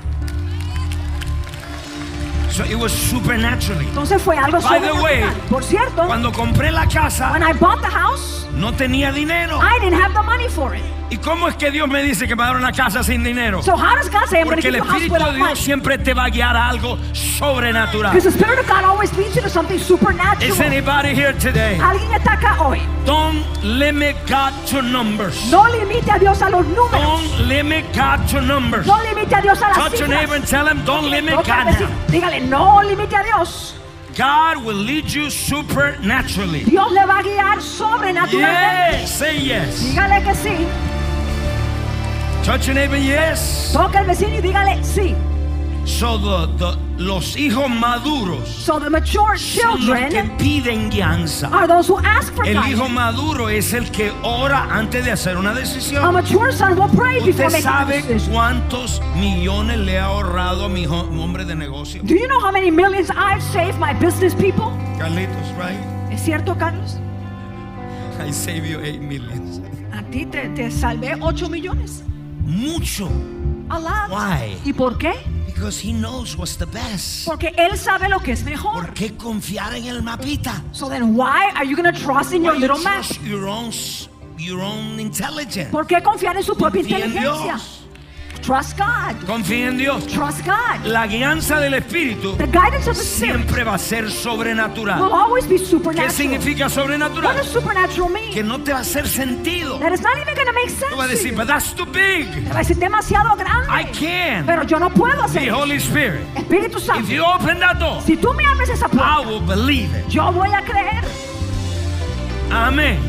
S2: So it was supernaturally.
S3: Entonces fue algo
S2: By the way,
S3: sobrenatural. Por cierto,
S2: Cuando compré la
S3: when
S2: casa,
S3: I bought the house,
S2: no tenía dinero.
S3: I didn't have the money for it.
S2: ¿Y cómo es que Dios me dice que me dar una casa sin dinero?
S3: So how does God say I'm going to
S2: Porque
S3: give
S2: el
S3: you a house
S2: Espíritu de
S3: without
S2: Dios
S3: money?
S2: siempre te va a guiar a algo sobrenatural.
S3: Because the Spirit of God always leads you to something
S2: Is
S3: supernatural.
S2: anybody here today?
S3: Alguien está acá hoy.
S2: Don't limit God to numbers.
S3: No limite a Dios a los números.
S2: Don't limit God to numbers.
S3: No limite a Dios a las
S2: Touch your
S3: cifras.
S2: neighbor and tell him, don't limit
S3: Otra
S2: God
S3: vez, sí.
S2: now.
S3: Dígale, no limite a Dios.
S2: God will lead you supernaturally.
S3: Dios le va a guiar sobrenaturalmente.
S2: Yes, say yes.
S3: Dígale que sí.
S2: Touch your neighbor, yes.
S3: Toca al vecino y dígale sí.
S2: So the- the- los hijos maduros
S3: So the mature
S2: son los que
S3: children
S2: piden guianza.
S3: are those who ask for
S2: El hijo
S3: guidance.
S2: maduro es el que ora antes de hacer una
S3: A
S2: decisión.
S3: mature son will pray before
S2: ¿Usted
S3: making a
S2: sabe
S3: decision.
S2: cuántos millones le ha ahorrado a mi jo- hombre de negocio?
S3: Do you know how many millions I've saved my business people?
S2: Carlitos, right?
S3: ¿Es cierto, Carlos?
S2: I save you 8 millions.
S3: A ti te, te salvé 8 millones.
S2: Mucho.
S3: A lot.
S2: Why?
S3: ¿Y por qué?
S2: Because he knows what's the best.
S3: Porque él sabe lo que es mejor.
S2: ¿Por qué confiar en el mapita?
S3: So then why are you going to trust in your
S2: Why you
S3: little map?
S2: trust your own, s- your own intelligence.
S3: ¿Por qué confiar en su propia
S2: Confía en
S3: inteligencia?
S2: Dios.
S3: Trust God.
S2: Confía en Dios.
S3: Trust God.
S2: La guianza del Espíritu
S3: The guidance of the Spirit
S2: siempre va a ser
S3: will
S2: sobrenatural.
S3: always be
S2: ¿Qué
S3: supernatural.
S2: significa
S3: What
S2: sobrenatural?
S3: does supernatural
S2: Que
S3: mean?
S2: no te va a hacer sentido.
S3: That is not even going to make
S2: Tú vas a
S3: sense. to
S2: decir,
S3: you.
S2: but that's too big.
S3: Te va a decir demasiado
S2: I
S3: grande.
S2: can't.
S3: Pero yo no puedo hacer
S2: The
S3: eso.
S2: Holy Spirit.
S3: Espíritu
S2: If
S3: Santo.
S2: you open that door,
S3: Si tú me abres esa
S2: I
S3: puerta,
S2: will believe it.
S3: yo voy a creer.
S2: Amén.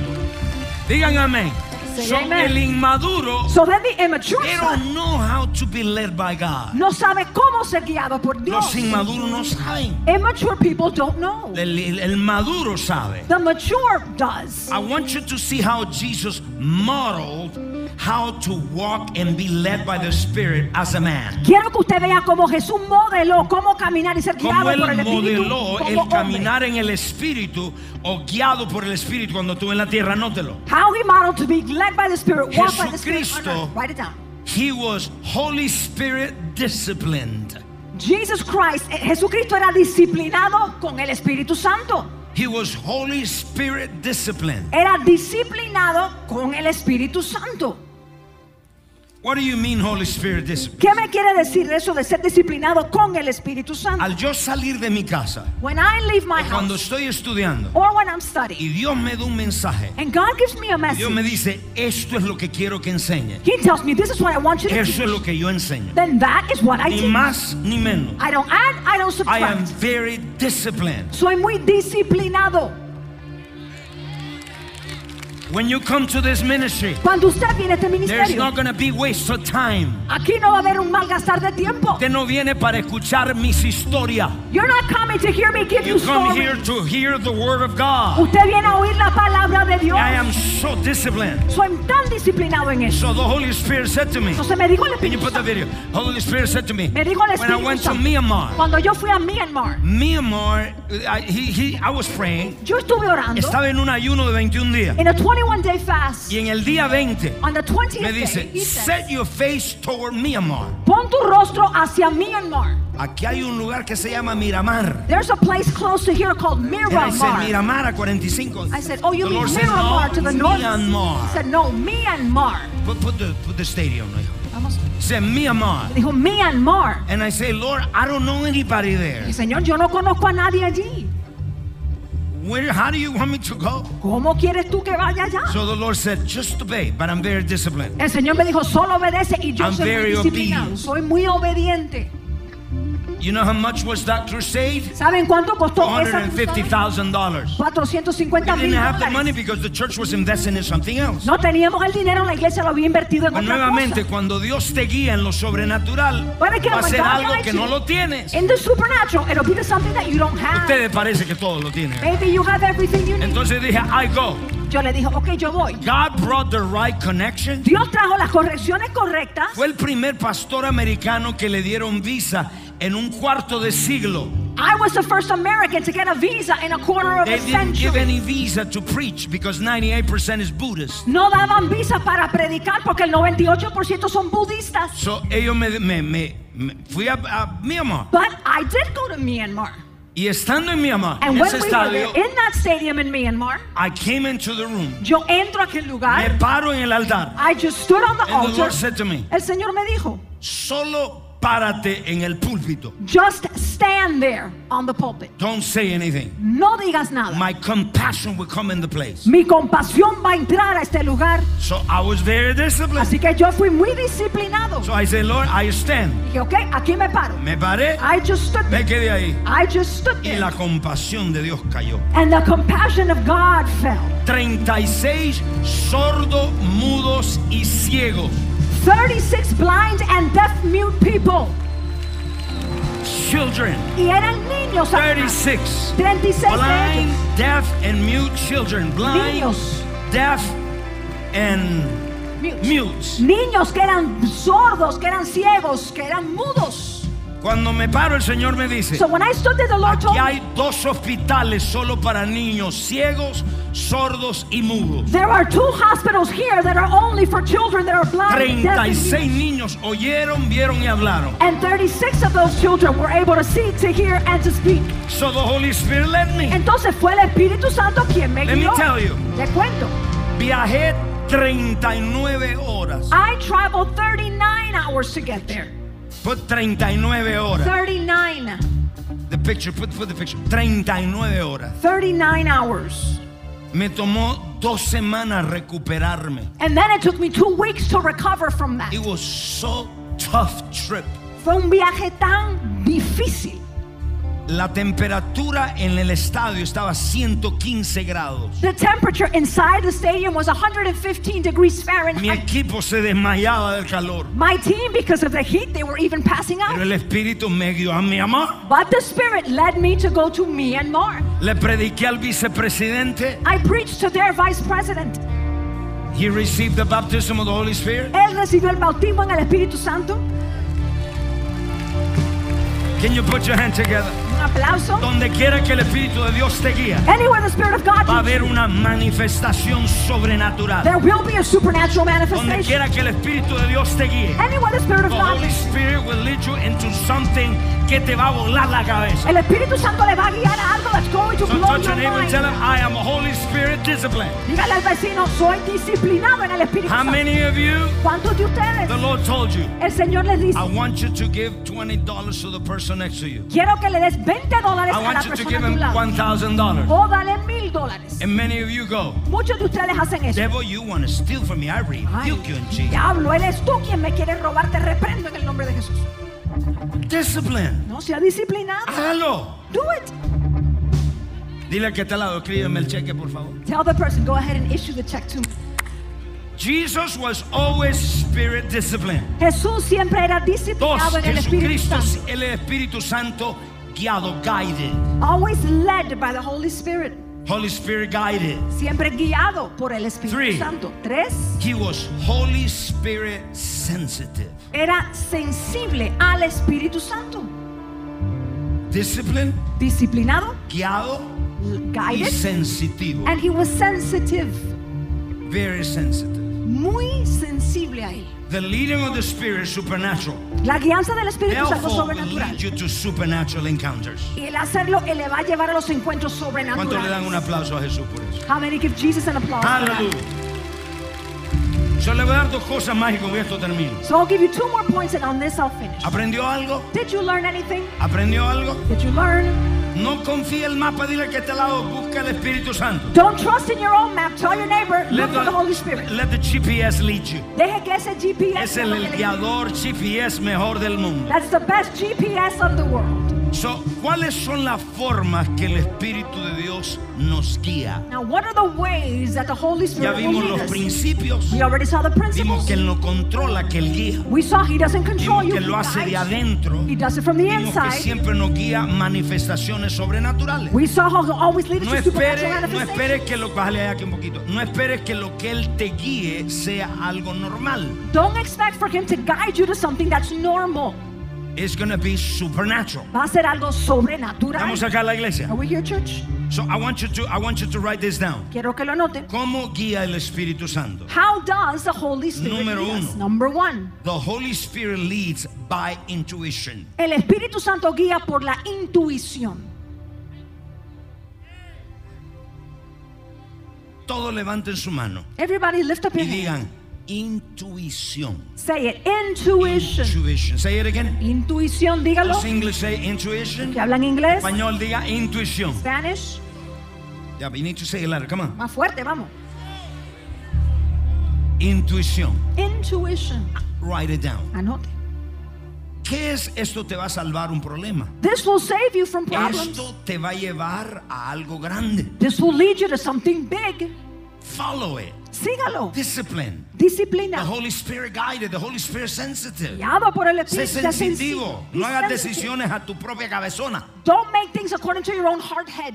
S2: Digan amén.
S3: Say
S2: So,
S3: amen.
S2: el inmaduro,
S3: So then the immature
S2: they
S3: son
S2: don't know how to be led by God.
S3: no sabe cómo ser guiado por
S2: Los
S3: Dios.
S2: inmaduros no saben.
S3: Immature people don't know.
S2: El, el- el maduro sabe.
S3: The mature does.
S2: I want you to see how Jesus modeled how to walk and be led by the Spirit as a man.
S3: Quiero que usted vea cómo Jesús modeló cómo caminar y ser
S2: Como
S3: guiado
S2: él
S3: por el Espíritu
S2: modeló
S3: como
S2: el
S3: hombre.
S2: caminar en el Espíritu o guiado por el Espíritu cuando estuvo en la tierra, anótelo.
S3: How he modeled to be led by the Spirit, walk by the Spirit. on
S2: Jesucristo.
S3: earth. Write it down.
S2: He was Holy Spirit disciplined.
S3: Jesus Christ, eh, Jesucristo era disciplinado con el Espíritu Santo.
S2: He was Holy Spirit disciplined.
S3: Era disciplinado con el Espíritu Santo.
S2: What do you mean Holy Spirit discipline?
S3: ¿Qué me quiere decir eso de ser disciplinado con el Espíritu Santo?
S2: Al yo salir de mi casa,
S3: When I leave my
S2: o cuando
S3: house
S2: estoy estudiando
S3: or when I'm studying
S2: y Dios me da un mensaje,
S3: and God gives me a
S2: Dios me
S3: message,
S2: dice, esto es lo que quiero que enseñe.
S3: He tells me this is what I want you to
S2: Eso es
S3: do.
S2: lo que yo enseño.
S3: Then that is what I
S2: Ni
S3: do.
S2: más ni menos.
S3: I don't add, I don't
S2: I am
S3: subtract.
S2: very disciplined.
S3: Soy muy disciplinado.
S2: When you come to this ministry,
S3: Cuando usted viene a este
S2: there's
S3: ministerio,
S2: not going to be waste of time.
S3: aquí no va a haber un mal gastar de tiempo.
S2: Usted no viene para escuchar mis historias.
S3: You're not coming to hear me give you
S2: You come here
S3: stories.
S2: to hear the word of God.
S3: Usted viene a oír la palabra de Dios.
S2: I am so disciplined.
S3: Soy tan disciplinado en eso.
S2: So the Holy Spirit said to me,
S3: Entonces me dijo el
S2: can you
S3: Espíritu
S2: put the
S3: Santo.
S2: video? Holy Spirit said to me,
S3: Me dijo
S2: when
S3: el
S2: I
S3: Espíritu
S2: went to
S3: Santo.
S2: Myanmar,
S3: Cuando yo fui a Myanmar,
S2: Myanmar, I, he, he, I was praying,
S3: yo estuve orando
S2: estaba en un ayuno de 21 días.
S3: en a 21 day fast.
S2: Y en el día 20,
S3: On the 20th
S2: me
S3: day,
S2: dice,
S3: he says,
S2: set your face toward Myanmar.
S3: Pon tu rostro hacia Myanmar.
S2: Aquí hay un lugar que se llama Miramar.
S3: There's a place close to here called
S2: And I said, Miramar a
S3: Miramar.
S2: 45.
S3: I said, oh, you
S2: The
S3: mean
S2: Lord said,
S3: Miramar
S2: "No,
S3: to the north?
S2: Myanmar.
S3: He said, no, Myanmar.
S2: Put, put the, put the stadium, hijo.
S3: Vamos.
S2: Said, Myanmar.
S3: Dijo, Myanmar.
S2: And I say, Lord, I don't know anybody there.
S3: Y, Señor, yo no conozco a nadie allí.
S2: Where, how do you want me to go?
S3: ¿Cómo quieres tú que vaya allá?
S2: So the Lord said, just obey, but I'm very disciplined.
S3: El Señor me dijo, solo obedece y yo
S2: I'm
S3: soy muy
S2: very
S3: disciplinado.
S2: obedient.
S3: Soy muy obediente.
S2: You know how much was that crusade?
S3: ¿Saben cuánto costó esa cruzada?
S2: $450,000. We
S3: 450 mil
S2: didn't have the money
S3: dólares.
S2: because the church was investing in something else.
S3: No teníamos el dinero, la iglesia lo había invertido en
S2: Pero
S3: otra cosa.
S2: nuevamente, cuando Dios te guía en lo sobrenatural,
S3: But again,
S2: va a
S3: when
S2: ser
S3: God
S2: algo
S3: guides
S2: que
S3: you
S2: no lo tienes.
S3: In the supernatural, it'll be something that you don't have.
S2: Ustedes parece que todo lo tienen.
S3: Maybe you have everything you need.
S2: Entonces dije, I go.
S3: yo le dije, ok, yo voy.
S2: God brought the right connection.
S3: Dios trajo las correcciones correctas.
S2: Fue el primer pastor americano que le dieron visa en un cuarto de siglo.
S3: I was the first American to get a visa in a quarter of
S2: They
S3: a
S2: didn't give
S3: century.
S2: any visa to preach because 98% is Buddhist.
S3: No daban visas para predicar porque el 98% son budistas.
S2: So ellos me, me- me- me- fui a, a Myanmar.
S3: But I did go to Myanmar.
S2: Y estando en Myanmar,
S3: And
S2: en
S3: when
S2: ese
S3: we were
S2: estadio,
S3: there, in that stadium in Myanmar,
S2: I came into the room.
S3: yo entro a aquel
S2: Me
S3: lugar.
S2: paro en el altar.
S3: I Oh, just stood on the
S2: And the Lord
S3: altar.
S2: said to me,
S3: El Señor me dijo,
S2: solo párate en el púlpito.
S3: just stand there on the pulpit.
S2: Don't say anything.
S3: No digas nada.
S2: My compassion will come in the place.
S3: Mi compasión va a entrar a este lugar.
S2: So I was very disciplined.
S3: Así que yo fui muy disciplinado.
S2: So I said, Lord, I stand.
S3: Dije, ok, aquí me paro.
S2: Me paré,
S3: I just stood
S2: me
S3: there.
S2: quedé ahí.
S3: I just stood
S2: Y
S3: there.
S2: la compasión de Dios cayó.
S3: And the compassion of God fell.
S2: 36 sordos, mudos y ciegos.
S3: 36 blind and deaf mute people.
S2: children,
S3: Y eran niños, Satanás.
S2: 36.
S3: 36 de
S2: Blind,
S3: ellos.
S2: deaf, and mute children. Blind,
S3: Niños.
S2: deaf, and
S3: Mutes.
S2: mute.
S3: Niños que eran sordos, que eran ciegos, que eran mudos.
S2: Cuando me paro, el Señor me dice:
S3: So when I stood there, the Lord told
S2: Aquí
S3: me,
S2: hay dos hospitales solo para niños ciegos, sordos y mudos.
S3: there are two hospitals here that are only for children that are blind, deaf, and
S2: 36 niños oyeron, vieron y hablaron.
S3: And 36 of those children were able to see, to hear, and to speak.
S2: So the Holy Spirit led me.
S3: Entonces fue el Espíritu Santo quien me
S2: Let me
S3: guió.
S2: tell you.
S3: Le cuento.
S2: Viajé 39 horas.
S3: I traveled 39 hours to get there.
S2: Put 39 horas.
S3: 39.
S2: The picture, put, put the picture. 39 horas.
S3: 39 hours.
S2: Me tomó dos semanas recuperarme.
S3: And then it took me two weeks to recover from that.
S2: It was so tough trip.
S3: Fue un viaje tan difícil.
S2: La temperatura en el estadio estaba 115 grados.
S3: The temperature inside the stadium was 115 degrees
S2: Mi
S3: Fahrenheit.
S2: equipo se desmayaba del calor.
S3: My team, because of the heat, they were even passing
S2: Pero
S3: out.
S2: el espíritu me guió a mi amor.
S3: But the Spirit led me to go to Myanmar.
S2: Le prediqué al vicepresidente.
S3: I preached to their vice president.
S2: He received the baptism of the Holy Spirit.
S3: Él recibió el bautismo en el Espíritu Santo.
S2: Can you put your hand together?
S3: Un aplauso.
S2: Donde quiera que el espíritu de Dios te guía,
S3: Anywhere the Spirit of God
S2: va a
S3: leads
S2: haber
S3: you,
S2: una manifestación sobrenatural.
S3: there will be a supernatural
S2: Donde
S3: manifestation.
S2: quiera que el espíritu de Dios te guíe,
S3: Anywhere the Spirit of
S2: the
S3: God
S2: Holy
S3: leads
S2: Spirit will lead you into something que te va a volar la cabeza.
S3: el Espíritu Santo le va a guiar a algo that's going to
S2: So
S3: blow
S2: touch your
S3: your
S2: neighbor and
S3: mind.
S2: tell him, I am a Holy Spirit discipline.
S3: Dígale al vecino, soy disciplinado en el Espíritu
S2: How
S3: Santo.
S2: many of you,
S3: ¿Cuántos de ustedes?
S2: the Lord told you,
S3: El Señor les dice,
S2: I want you to give $20 to the person next to you.
S3: quiero que le des 20 dólares
S2: I
S3: a la
S2: want you to give
S3: persona a tu
S2: him
S3: lado. Oh.
S2: $1,000.
S3: O dale mil dólares.
S2: And many of you go,
S3: Muchos de ustedes hacen eso.
S2: Devil, you want to steal from me. I
S3: Ay,
S2: rebuke you in Jesus.
S3: diablo, eres tú quien me quiere robar, te reprendo en el nombre de Jesús.
S2: Discipline.
S3: No sea disciplinado.
S2: Hágalo.
S3: Do it.
S2: Dile al que está al lado, escríbeme el cheque, por favor.
S3: Tell the person, go ahead and issue the check to me.
S2: Jesus was always spirit disciplined.
S3: Jesús siempre era
S2: Dos,
S3: disciplinado en el Espíritu
S2: Jesucristo es
S3: Santo.
S2: el Espíritu Santo guiado, guided.
S3: Always led by the Holy Spirit.
S2: Holy Spirit guided.
S3: Siempre guiado por el Espíritu
S2: Three.
S3: Santo. Tres,
S2: He was Holy Spirit sensitive.
S3: era sensible al Espíritu Santo.
S2: Disciplined,
S3: Disciplinado,
S2: guiado y
S3: guided,
S2: sensitivo.
S3: and he was sensitive.
S2: Very sensitive.
S3: Muy sensible a él.
S2: The leading of the Spirit is supernatural.
S3: La guianza del Espíritu Santo
S2: Therefore, will
S3: sobrenatural.
S2: lead you to supernatural encounters.
S3: Y el hacerlo, él le va a llevar a los encuentros
S2: ¿Cuánto le dan un
S3: sobrenaturales.
S2: aplauso a Jesús por eso?
S3: How many give Jesus an applause? for that?
S2: Aleluya. Yo le voy a dar dos cosas más y con esto termino.
S3: So I'll give you two more points and on this I'll finish.
S2: ¿Aprendió algo?
S3: Did you learn anything?
S2: ¿Aprendió algo?
S3: Did you learn?
S2: No confía el mapa, dile que está al lado, busca el Espíritu Santo.
S3: Don't trust in your own map. Tell your neighbor, look for the Holy Spirit.
S2: let the GPS lead you.
S3: Deje que ese GPS.
S2: Es el,
S3: lo que le-
S2: guiador GPS mejor del mundo.
S3: That's the best GPS of the world.
S2: So, ¿Cuáles son las formas que el Espíritu de Dios nos guía?
S3: Now, what are the ways that the Holy
S2: Ya
S3: Spirit will
S2: vimos
S3: lead
S2: los
S3: us?
S2: principios,
S3: We already saw the
S2: vimos
S3: principles.
S2: que Él no controla, que Él guía,
S3: We saw He doesn't control
S2: vimos
S3: you.
S2: que Él lo hace
S3: He
S2: de
S3: guides.
S2: adentro,
S3: He does it from the
S2: vimos que
S3: inside.
S2: siempre nos guía manifestaciones sobrenaturales.
S3: We saw how He always leads
S2: No
S3: us to supernatural
S2: esperes, no
S3: manifestation.
S2: esperes que lo bájale aquí un poquito. No esperes que lo que él te guíe sea algo normal.
S3: Don't expect for Him to guide you to something that's normal.
S2: It's gonna be supernatural.
S3: Va a ser algo sobrenatural.
S2: Vamos acá a la iglesia.
S3: Are we here, church?
S2: So I want you to I want you to write this down.
S3: Quiero que lo anoten.
S2: ¿Cómo guía el Espíritu Santo?
S3: How does the Holy Spirit
S2: Número
S3: lead us?
S2: uno.
S3: Number one.
S2: The Holy Spirit leads by intuition.
S3: El Espíritu Santo guía por la intuición.
S2: Todos levanten su mano
S3: Everybody lift up
S2: y
S3: your hand.
S2: digan intuición.
S3: Say it. Intuition.
S2: Intuition. Say it again.
S3: Intuición, dígalo.
S2: Los ingleses say intuition.
S3: Que hablan inglés.
S2: Español diga intuición.
S3: Spanish.
S2: Yeah, but you need to say it louder. Come on.
S3: Más fuerte, vamos.
S2: Intuición.
S3: Intuition.
S2: Write it down.
S3: Anote.
S2: ¿Qué es esto te va a salvar un problema?
S3: This will save you from problems.
S2: Esto te va a llevar a algo grande.
S3: This will lead you to something big.
S2: Follow it.
S3: Sígalo.
S2: Discipline.
S3: Disciplina.
S2: The Holy Spirit guided, the Holy Spirit sensitive.
S3: Guiado por el
S2: Sé
S3: Espíritu. sea
S2: sensitivo.
S3: sensi-
S2: No
S3: be
S2: hagas
S3: sensitive.
S2: decisiones a tu propia cabezona.
S3: Don't make things according to your own hard head.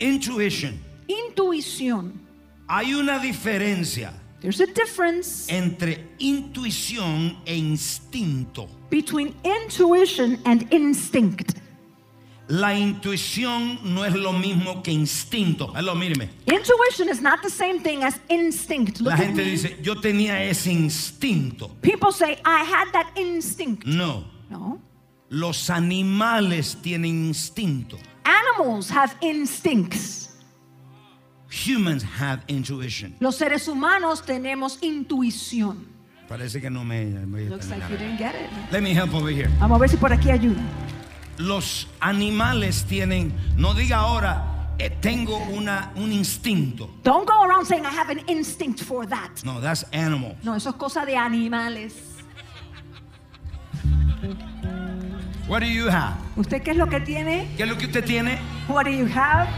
S2: Intuition.
S3: Intuición.
S2: Hay una diferencia
S3: There's a difference
S2: entre intuición e instinto.
S3: between intuition and instinct.
S2: La intuición no es lo mismo que instinto. Hello, míreme.
S3: Intuition is not the same thing as instinct. Look
S2: La
S3: at
S2: gente
S3: me.
S2: dice, yo tenía ese instinto.
S3: People say, I had that instinct.
S2: No,
S3: No.
S2: los animales tienen instinto.
S3: Animals have instincts.
S2: Humans have intuition.
S3: Los seres humanos tenemos intuición.
S2: Parece que no me... voy a
S3: Looks like
S2: terminar.
S3: you didn't get it.
S2: Let me help over here.
S3: Vamos a ver si por aquí ayuda.
S2: Los animales tienen, no diga ahora, eh, tengo una, un instinto.
S3: Don't go around saying I have an instinct for that.
S2: No, that's animal.
S3: No, eso es cosa de animales.
S2: What do you have?
S3: ¿Usted qué es lo que tiene?
S2: ¿Qué es lo que usted tiene?
S3: What do you have?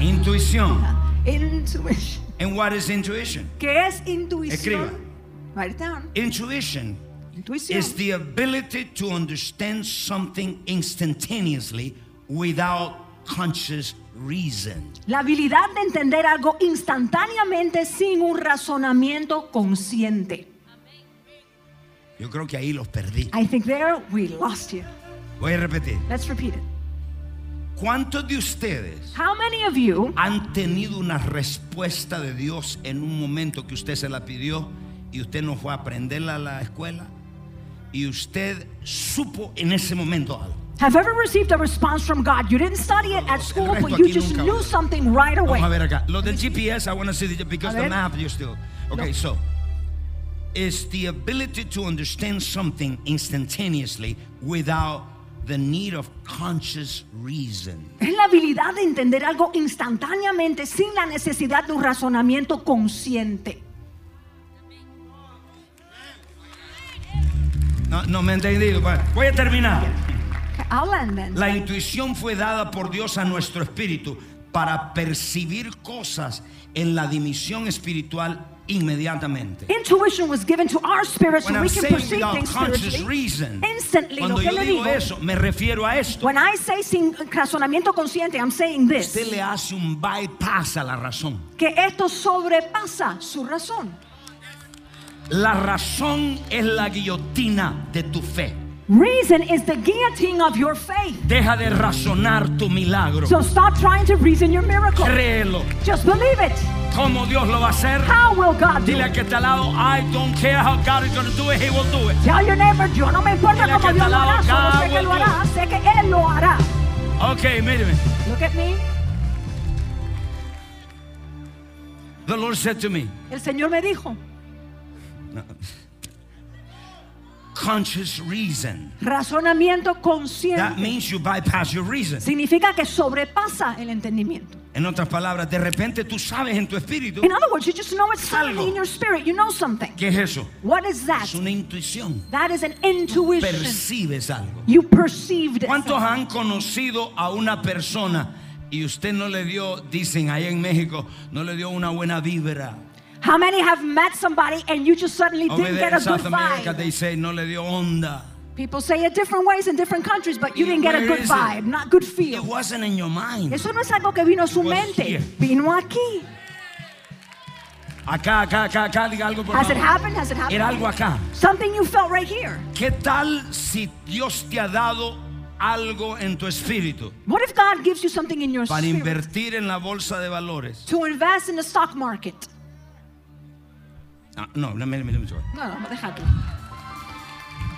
S2: Intuición.
S3: Intuition.
S2: And what is intuition?
S3: ¿Qué es intuición?
S2: Escriba.
S3: Write it down.
S2: Intuition
S3: Intuición.
S2: is the ability to understand something instantaneously without conscious reason.
S3: La habilidad de entender algo instantáneamente sin un razonamiento consciente.
S2: Yo creo que ahí los perdí.
S3: I think there we lost you.
S2: Voy a repetir.
S3: Let's repeat it.
S2: ¿Cuántos de ustedes
S3: How many of you
S2: han tenido una respuesta de Dios en un momento que usted se la pidió y usted no fue a aprenderla a la escuela y usted supo en ese momento algo?
S3: have ever received a response from God? You didn't study it at school, but you just knew something right away.
S2: Vamos a ver acá. Lo del GPS, I want to see the, because
S3: A
S2: the
S3: ver.
S2: map you still. Okay, so it's the ability to understand something instantaneously without the need of conscious reason.
S3: Es la habilidad de entender algo instantáneamente sin la necesidad de un razonamiento consciente.
S2: No, no me he entendido. Bueno, Voy a terminar.
S3: I'll end then.
S2: La intuición fue dada por Dios a nuestro espíritu para percibir cosas en la dimisión espiritual inmediatamente.
S3: Intuition was given to our spirit so
S2: When I'm
S3: we can
S2: saying
S3: perceive
S2: without
S3: things
S2: conscious
S3: spiritually.
S2: reason,
S3: Instantly, lo
S2: cuando
S3: que
S2: yo
S3: le
S2: digo
S3: digo.
S2: eso, me refiero a esto.
S3: When I say sin razonamiento consciente, I'm saying this.
S2: Usted le hace un bypass a la razón.
S3: Que esto sobrepasa su razón.
S2: La razón es la guillotina de tu fe.
S3: Reason is the guillotine of your faith.
S2: Deja de razonar tu milagro.
S3: So stop trying to reason your miracle.
S2: Créelo.
S3: Just believe it.
S2: ¿Cómo Dios lo va a hacer?
S3: How will God do
S2: Dile
S3: it?
S2: al que está al lado, I don't care how God is going to do it, he will do it.
S3: Tell your neighbor, yo no me importa
S2: Dile al
S3: cómo
S2: que
S3: Dios
S2: está
S3: lo
S2: al
S3: hará,
S2: lado,
S3: solo
S2: God
S3: sé que
S2: will
S3: lo
S2: do
S3: hará, sé que Él lo hará.
S2: Ok, míreme.
S3: Look at me.
S2: The Lord said to me,
S3: El Señor me dijo,
S2: conscious reason.
S3: razonamiento
S2: That
S3: consciente
S2: means you bypass your reason.
S3: significa que sobrepasa el entendimiento.
S2: En otras palabras, de repente tú sabes en tu espíritu,
S3: In other words, you just know it's something
S2: Algo.
S3: in your spirit. You know something.
S2: ¿qué es eso?
S3: What is that?
S2: Es una intuición.
S3: That is an intuition.
S2: Percibes algo.
S3: You perceived it.
S2: ¿Cuántos han conocido a una persona y usted no le dio, dicen allá en México, no le dio una buena vibra?
S3: How many have met somebody and you just suddenly
S2: Over
S3: didn't
S2: there
S3: get a
S2: in
S3: good
S2: South America
S3: vibe?
S2: they say no le dio onda.
S3: People say it different ways in different countries, but you
S2: Y
S3: didn't get a
S2: where
S3: good
S2: is it?
S3: vibe, not good
S2: It
S3: feel.
S2: wasn't in your mind.
S3: Eso no es algo que vino a su
S2: was
S3: mente,
S2: here.
S3: vino aquí.
S2: Acá, acá, acá, acá, diga algo por
S3: Has it
S2: favor.
S3: happened? Has it
S2: Era
S3: happened?
S2: algo acá.
S3: Something you felt right here.
S2: ¿Qué tal si Dios te ha dado algo en tu espíritu
S3: What if God gives you something in your
S2: para
S3: spirit
S2: invertir en la bolsa de valores?
S3: to invest in the stock market?
S2: Ah, No, no, mire, mire, mire.
S3: No, no, déjalo.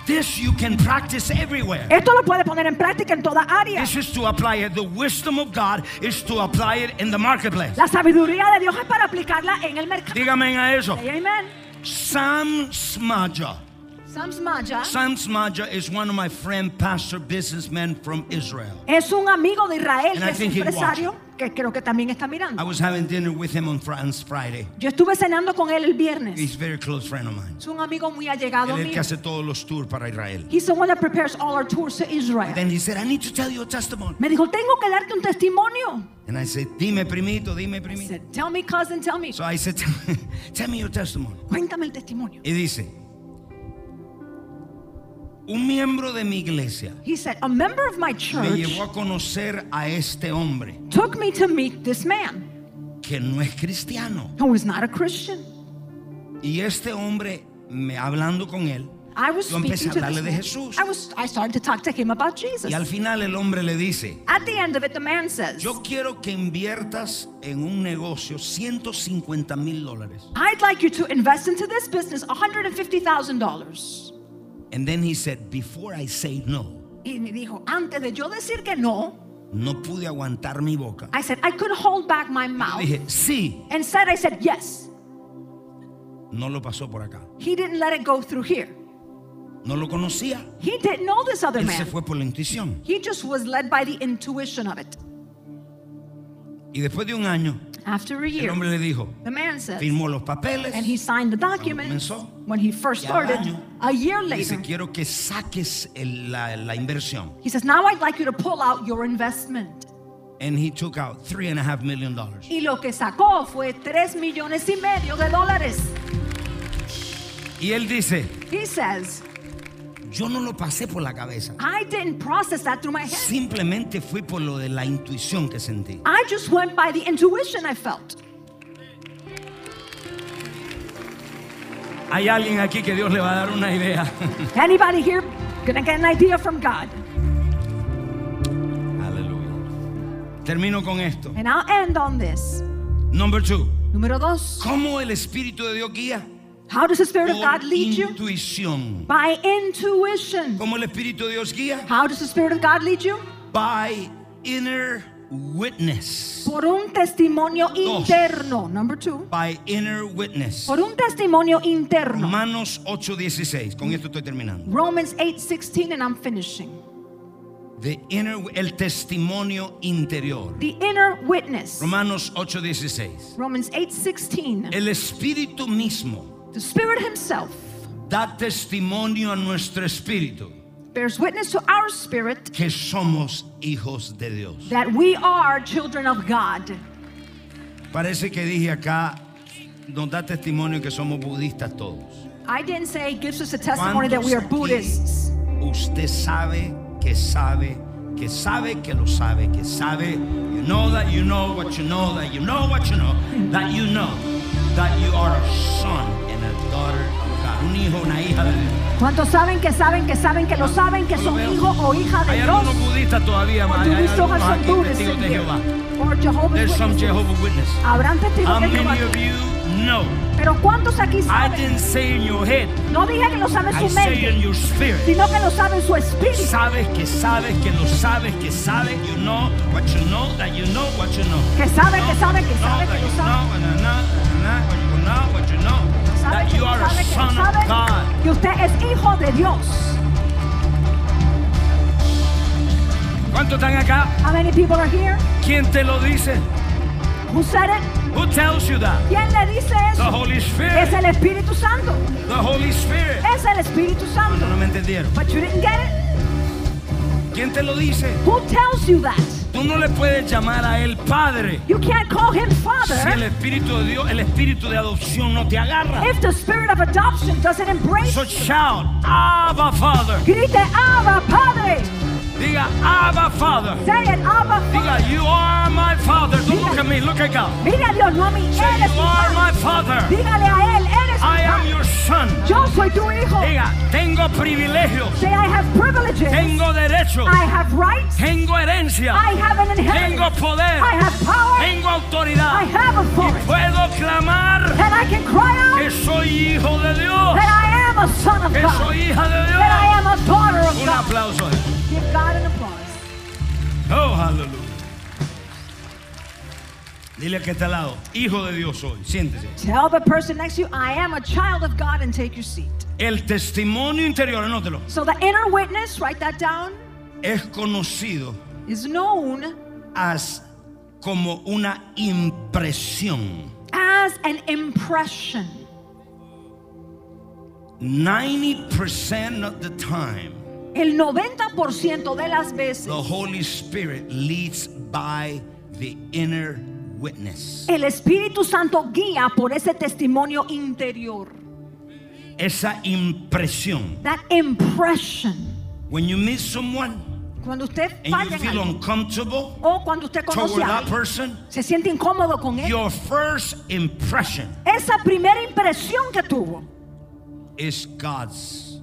S2: This you can practice everywhere.
S3: Esto lo puede poner en práctica en toda área.
S2: This is to apply it. The wisdom of God is to apply it in the marketplace.
S3: La sabiduría de Dios es para aplicarla en el mercado.
S2: Dígame a eso.
S3: Amen.
S2: Sam Smaja
S3: Sam Smaja
S2: Sam Smaja is one of my friend, pastor, businessman from Israel.
S3: es un amigo de Israel,
S2: And
S3: que
S2: I
S3: es
S2: think he
S3: empresario, que creo que también está mirando.
S2: I was having dinner with him on France Friday.
S3: Yo estuve cenando con él el
S2: He's
S3: viernes.
S2: a very close friend of mine.
S3: Es un amigo muy allegado
S2: Él es el que
S3: mío.
S2: hace todos los tours para Israel.
S3: He's the one that prepares all our tours to Israel.
S2: Then he said, I need to tell you a testimony.
S3: Me dijo, tengo que darte un testimonio.
S2: And I said, dime primito, dime
S3: I
S2: primito.
S3: said, tell me, cousin, tell me.
S2: So I said, tell me your testimony.
S3: Cuéntame el testimonio.
S2: Y dice, un miembro de mi iglesia
S3: He said, a member of my
S2: me
S3: church
S2: llevó a conocer a este hombre
S3: took me to meet this man
S2: que no es cristiano.
S3: who is not a Christian.
S2: Y este hombre, me hablando con él,
S3: I was
S2: Yo empecé
S3: speaking
S2: a
S3: to
S2: hablarle de
S3: this man.
S2: Jesús.
S3: I was I started to talk to him about Jesus.
S2: y al final el hombre le dice,
S3: At the end of it, the man says,
S2: yo quiero que inviertas en un negocio 150 mil dólares.
S3: I'd like you to invest into this business $150,000.
S2: And then he said, before I say no,
S3: Y me dijo, antes de yo decir que no,
S2: no pude aguantar mi boca.
S3: I said, I couldn't hold back my
S2: Le
S3: mouth.
S2: dije, sí,
S3: And said, I said, yes.
S2: no lo pasó por acá.
S3: He didn't let it go through here.
S2: No lo conocía.
S3: He didn't know this other
S2: Él se
S3: man.
S2: fue por la intuición.
S3: He just was led by the intuition of it.
S2: Y después de un año,
S3: After a
S2: el
S3: year,
S2: hombre le dijo,
S3: the man says,
S2: firmó los papeles
S3: and he signed the document
S2: comenzó.
S3: when he first
S2: Y al
S3: started.
S2: año,
S3: A year
S2: Dice,
S3: later,
S2: quiero que saques el- la, la inversión.
S3: he says, Now I'd like you to pull out your investment.
S2: And he took out three and a half million dollars.
S3: Y lo que sacó fue tres millones y medio de dólares.
S2: Y él dice,
S3: He says,
S2: yo no lo pasé por la cabeza.
S3: I didn't process that through my head.
S2: Simplemente fui por lo de la intuición que sentí.
S3: I just went by the intuition I felt.
S2: Hay alguien aquí que Dios le va a dar una idea.
S3: Anybody here gonna get an idea from God?
S2: Aleluya. Termino con esto.
S3: And I'll end on this.
S2: Number two.
S3: Número dos.
S2: ¿Cómo el Espíritu de Dios guía?
S3: How does the Spirit of God
S2: Por
S3: lead you?
S2: intuición.
S3: By intuition.
S2: ¿Cómo el Espíritu de Dios guía?
S3: How does the Spirit of God lead you?
S2: By inner witness.
S3: Por un testimonio
S2: Dos.
S3: interno. Number two.
S2: By inner witness.
S3: Por un testimonio interno.
S2: Romanos 8:16. Con esto estoy terminando.
S3: Romans 8 16, and I'm finishing.
S2: The inner, el testimonio interior.
S3: The inner witness.
S2: Romanos 8:16.
S3: Romans 8 16.
S2: El Espíritu mismo
S3: The Spirit Himself
S2: da testimonio a nuestro espíritu
S3: bears witness to our spirit
S2: que somos hijos de Dios.
S3: that we are children of God.
S2: Parece que dije acá, nos da testimonio que somos budistas todos.
S3: I didn't say it gives us a testimony that
S2: ¿Cuántos
S3: we are
S2: aquí
S3: Buddhists.
S2: Usted sabe que sabe que sabe que lo sabe que sabe. You know that you know what you know that you know what you know that you know that you are a son and a daughter of God. Un hijo, una hija de Dios.
S3: ¿Cuántos saben que saben que saben que lo saben que
S2: Lo
S3: son
S2: veo.
S3: hijo o hija de
S2: Hay
S3: Dios?
S2: algunos budistas todavía,
S3: Or
S2: hay
S3: do we still
S2: algunos
S3: have some
S2: aquí
S3: Buddhists
S2: testigos
S3: in
S2: de
S3: here?
S2: Jehová.
S3: Or Jehovah's
S2: There's some
S3: Witnesses?
S2: Jehovah's Witness.
S3: Habrán testigos
S2: How
S3: de
S2: many of
S3: Jehová.
S2: you know?
S3: Pero ¿cuántos aquí
S2: I
S3: saben?
S2: didn't say in your head.
S3: No dije que lo sabe
S2: I
S3: su
S2: say in
S3: mente,
S2: your spirit.
S3: sino que lo sabe su espíritu.
S2: Sabes que sabes que lo sabes que sabes. You know what you know that you know what you know.
S3: Que sabe, que
S2: Know
S3: sabe,
S2: what
S3: que
S2: you know
S3: sabe, que
S2: that
S3: lo
S2: you
S3: sabe.
S2: know, and I know, and I know, and you know what you know.
S3: Sabe
S2: That
S3: que
S2: you
S3: lo
S2: are a
S3: sabe, que lo
S2: son of God.
S3: sabe. Que usted es hijo de Dios.
S2: ¿Cuántos están acá?
S3: How many people are here?
S2: ¿Quién te lo dice?
S3: Who said it?
S2: Who tells you that?
S3: ¿Quién le dice
S2: The
S3: eso?
S2: Holy
S3: Es
S2: Spirit.
S3: el Espíritu Santo.
S2: The Holy Spirit.
S3: Es el Espíritu Santo.
S2: No me entendieron.
S3: But you didn't get it?
S2: ¿Quién te lo dice?
S3: Who tells you that?
S2: Tú no le puedes llamar a él padre.
S3: You can't call him
S2: Si el
S3: father
S2: espíritu de Dios, el espíritu de adopción no te agarra.
S3: if the spirit of adoption doesn't embrace
S2: So
S3: you.
S2: shout, Abba Father.
S3: Grite Abba Padre.
S2: Diga, Abba Father.
S3: Say it, Abba Father.
S2: Diga, you are my father. Don't look at me, look at God.
S3: Mira a Dios, no a mí.
S2: Say,
S3: Eres
S2: you
S3: mi
S2: are my
S3: padre.
S2: father.
S3: Dígale a él, eres mi
S2: I am
S3: padre.
S2: your son.
S3: Yo soy tu hijo.
S2: Diga, tengo privilegios,
S3: Say I have privileges.
S2: tengo derechos,
S3: I have rights.
S2: tengo herencia,
S3: I have an inheritance.
S2: tengo poder,
S3: I have power.
S2: tengo
S3: I
S2: autoridad.
S3: have authority.
S2: Puedo clamar
S3: And I can cry out
S2: que soy hijo de Dios,
S3: that I am a son of
S2: que
S3: God.
S2: soy hija de
S3: That I
S2: Dios.
S3: am a daughter of
S2: Un
S3: God.
S2: aplauso a él.
S3: Give God an applause.
S2: Oh, aleluya. Dile que está al lado, hijo de Dios soy. Siéntese.
S3: Tell the person next to you, I am a child of God, and take your seat.
S2: El testimonio interior, anótelo,
S3: So the inner witness, write that down,
S2: es conocido
S3: is known
S2: as como una impresión.
S3: as an impression.
S2: 90% of the time,
S3: El 90% de las veces,
S2: the Holy Spirit leads by the inner witness.
S3: el Espíritu Santo guía por ese testimonio interior.
S2: Esa impresión.
S3: That impression.
S2: When you meet someone
S3: Cuando usted
S2: and
S3: falla
S2: you
S3: en
S2: feel
S3: algo,
S2: uncomfortable
S3: o cuando usted
S2: toward
S3: conoce a
S2: that
S3: alguien,
S2: person,
S3: se siente incómodo con él,
S2: your first impression
S3: esa primera impresión que tuvo
S2: is God's.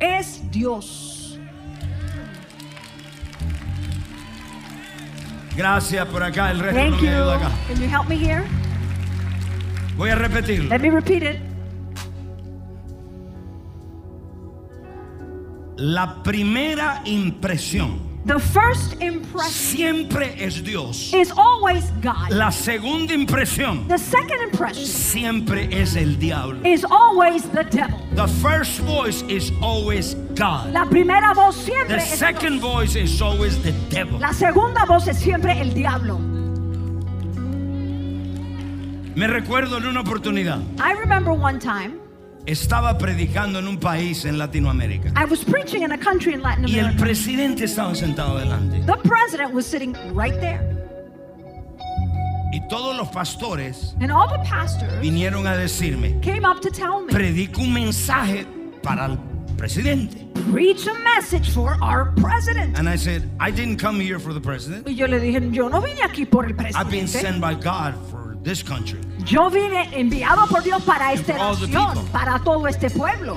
S3: es Dios.
S2: Gracias por acá, el resto no
S3: Thank
S2: me
S3: you.
S2: ayuda acá.
S3: Can you help me here?
S2: Voy a repetirlo.
S3: Let me repeat it.
S2: La primera impresión
S3: The first impression
S2: siempre es Dios.
S3: is always God.
S2: La segunda impresión
S3: The second impression
S2: siempre es el diablo.
S3: is always the devil.
S2: The first voice is always God.
S3: La primera voz siempre
S2: The
S3: es
S2: second
S3: Dios.
S2: voice is always the devil.
S3: La segunda voz es siempre el diablo.
S2: Me recuerdo en una oportunidad,
S3: I remember one time
S2: estaba predicando en un país en Latinoamérica
S3: I was preaching in a country in Latin
S2: y el
S3: America.
S2: presidente estaba sentado delante
S3: The president was sitting right there.
S2: y todos los pastores
S3: And all the pastors
S2: vinieron a decirme,
S3: came up to tell me,
S2: predico un mensaje para el presidente.
S3: preach a message for our president.
S2: And I said, I didn't come here for the president.
S3: Y yo le dije, yo no vine aquí por el
S2: I've been
S3: presidente.
S2: sent by God for this country.
S3: Yo vine enviado por Dios para esta
S2: for all the
S3: nación,
S2: people.
S3: para todo este pueblo.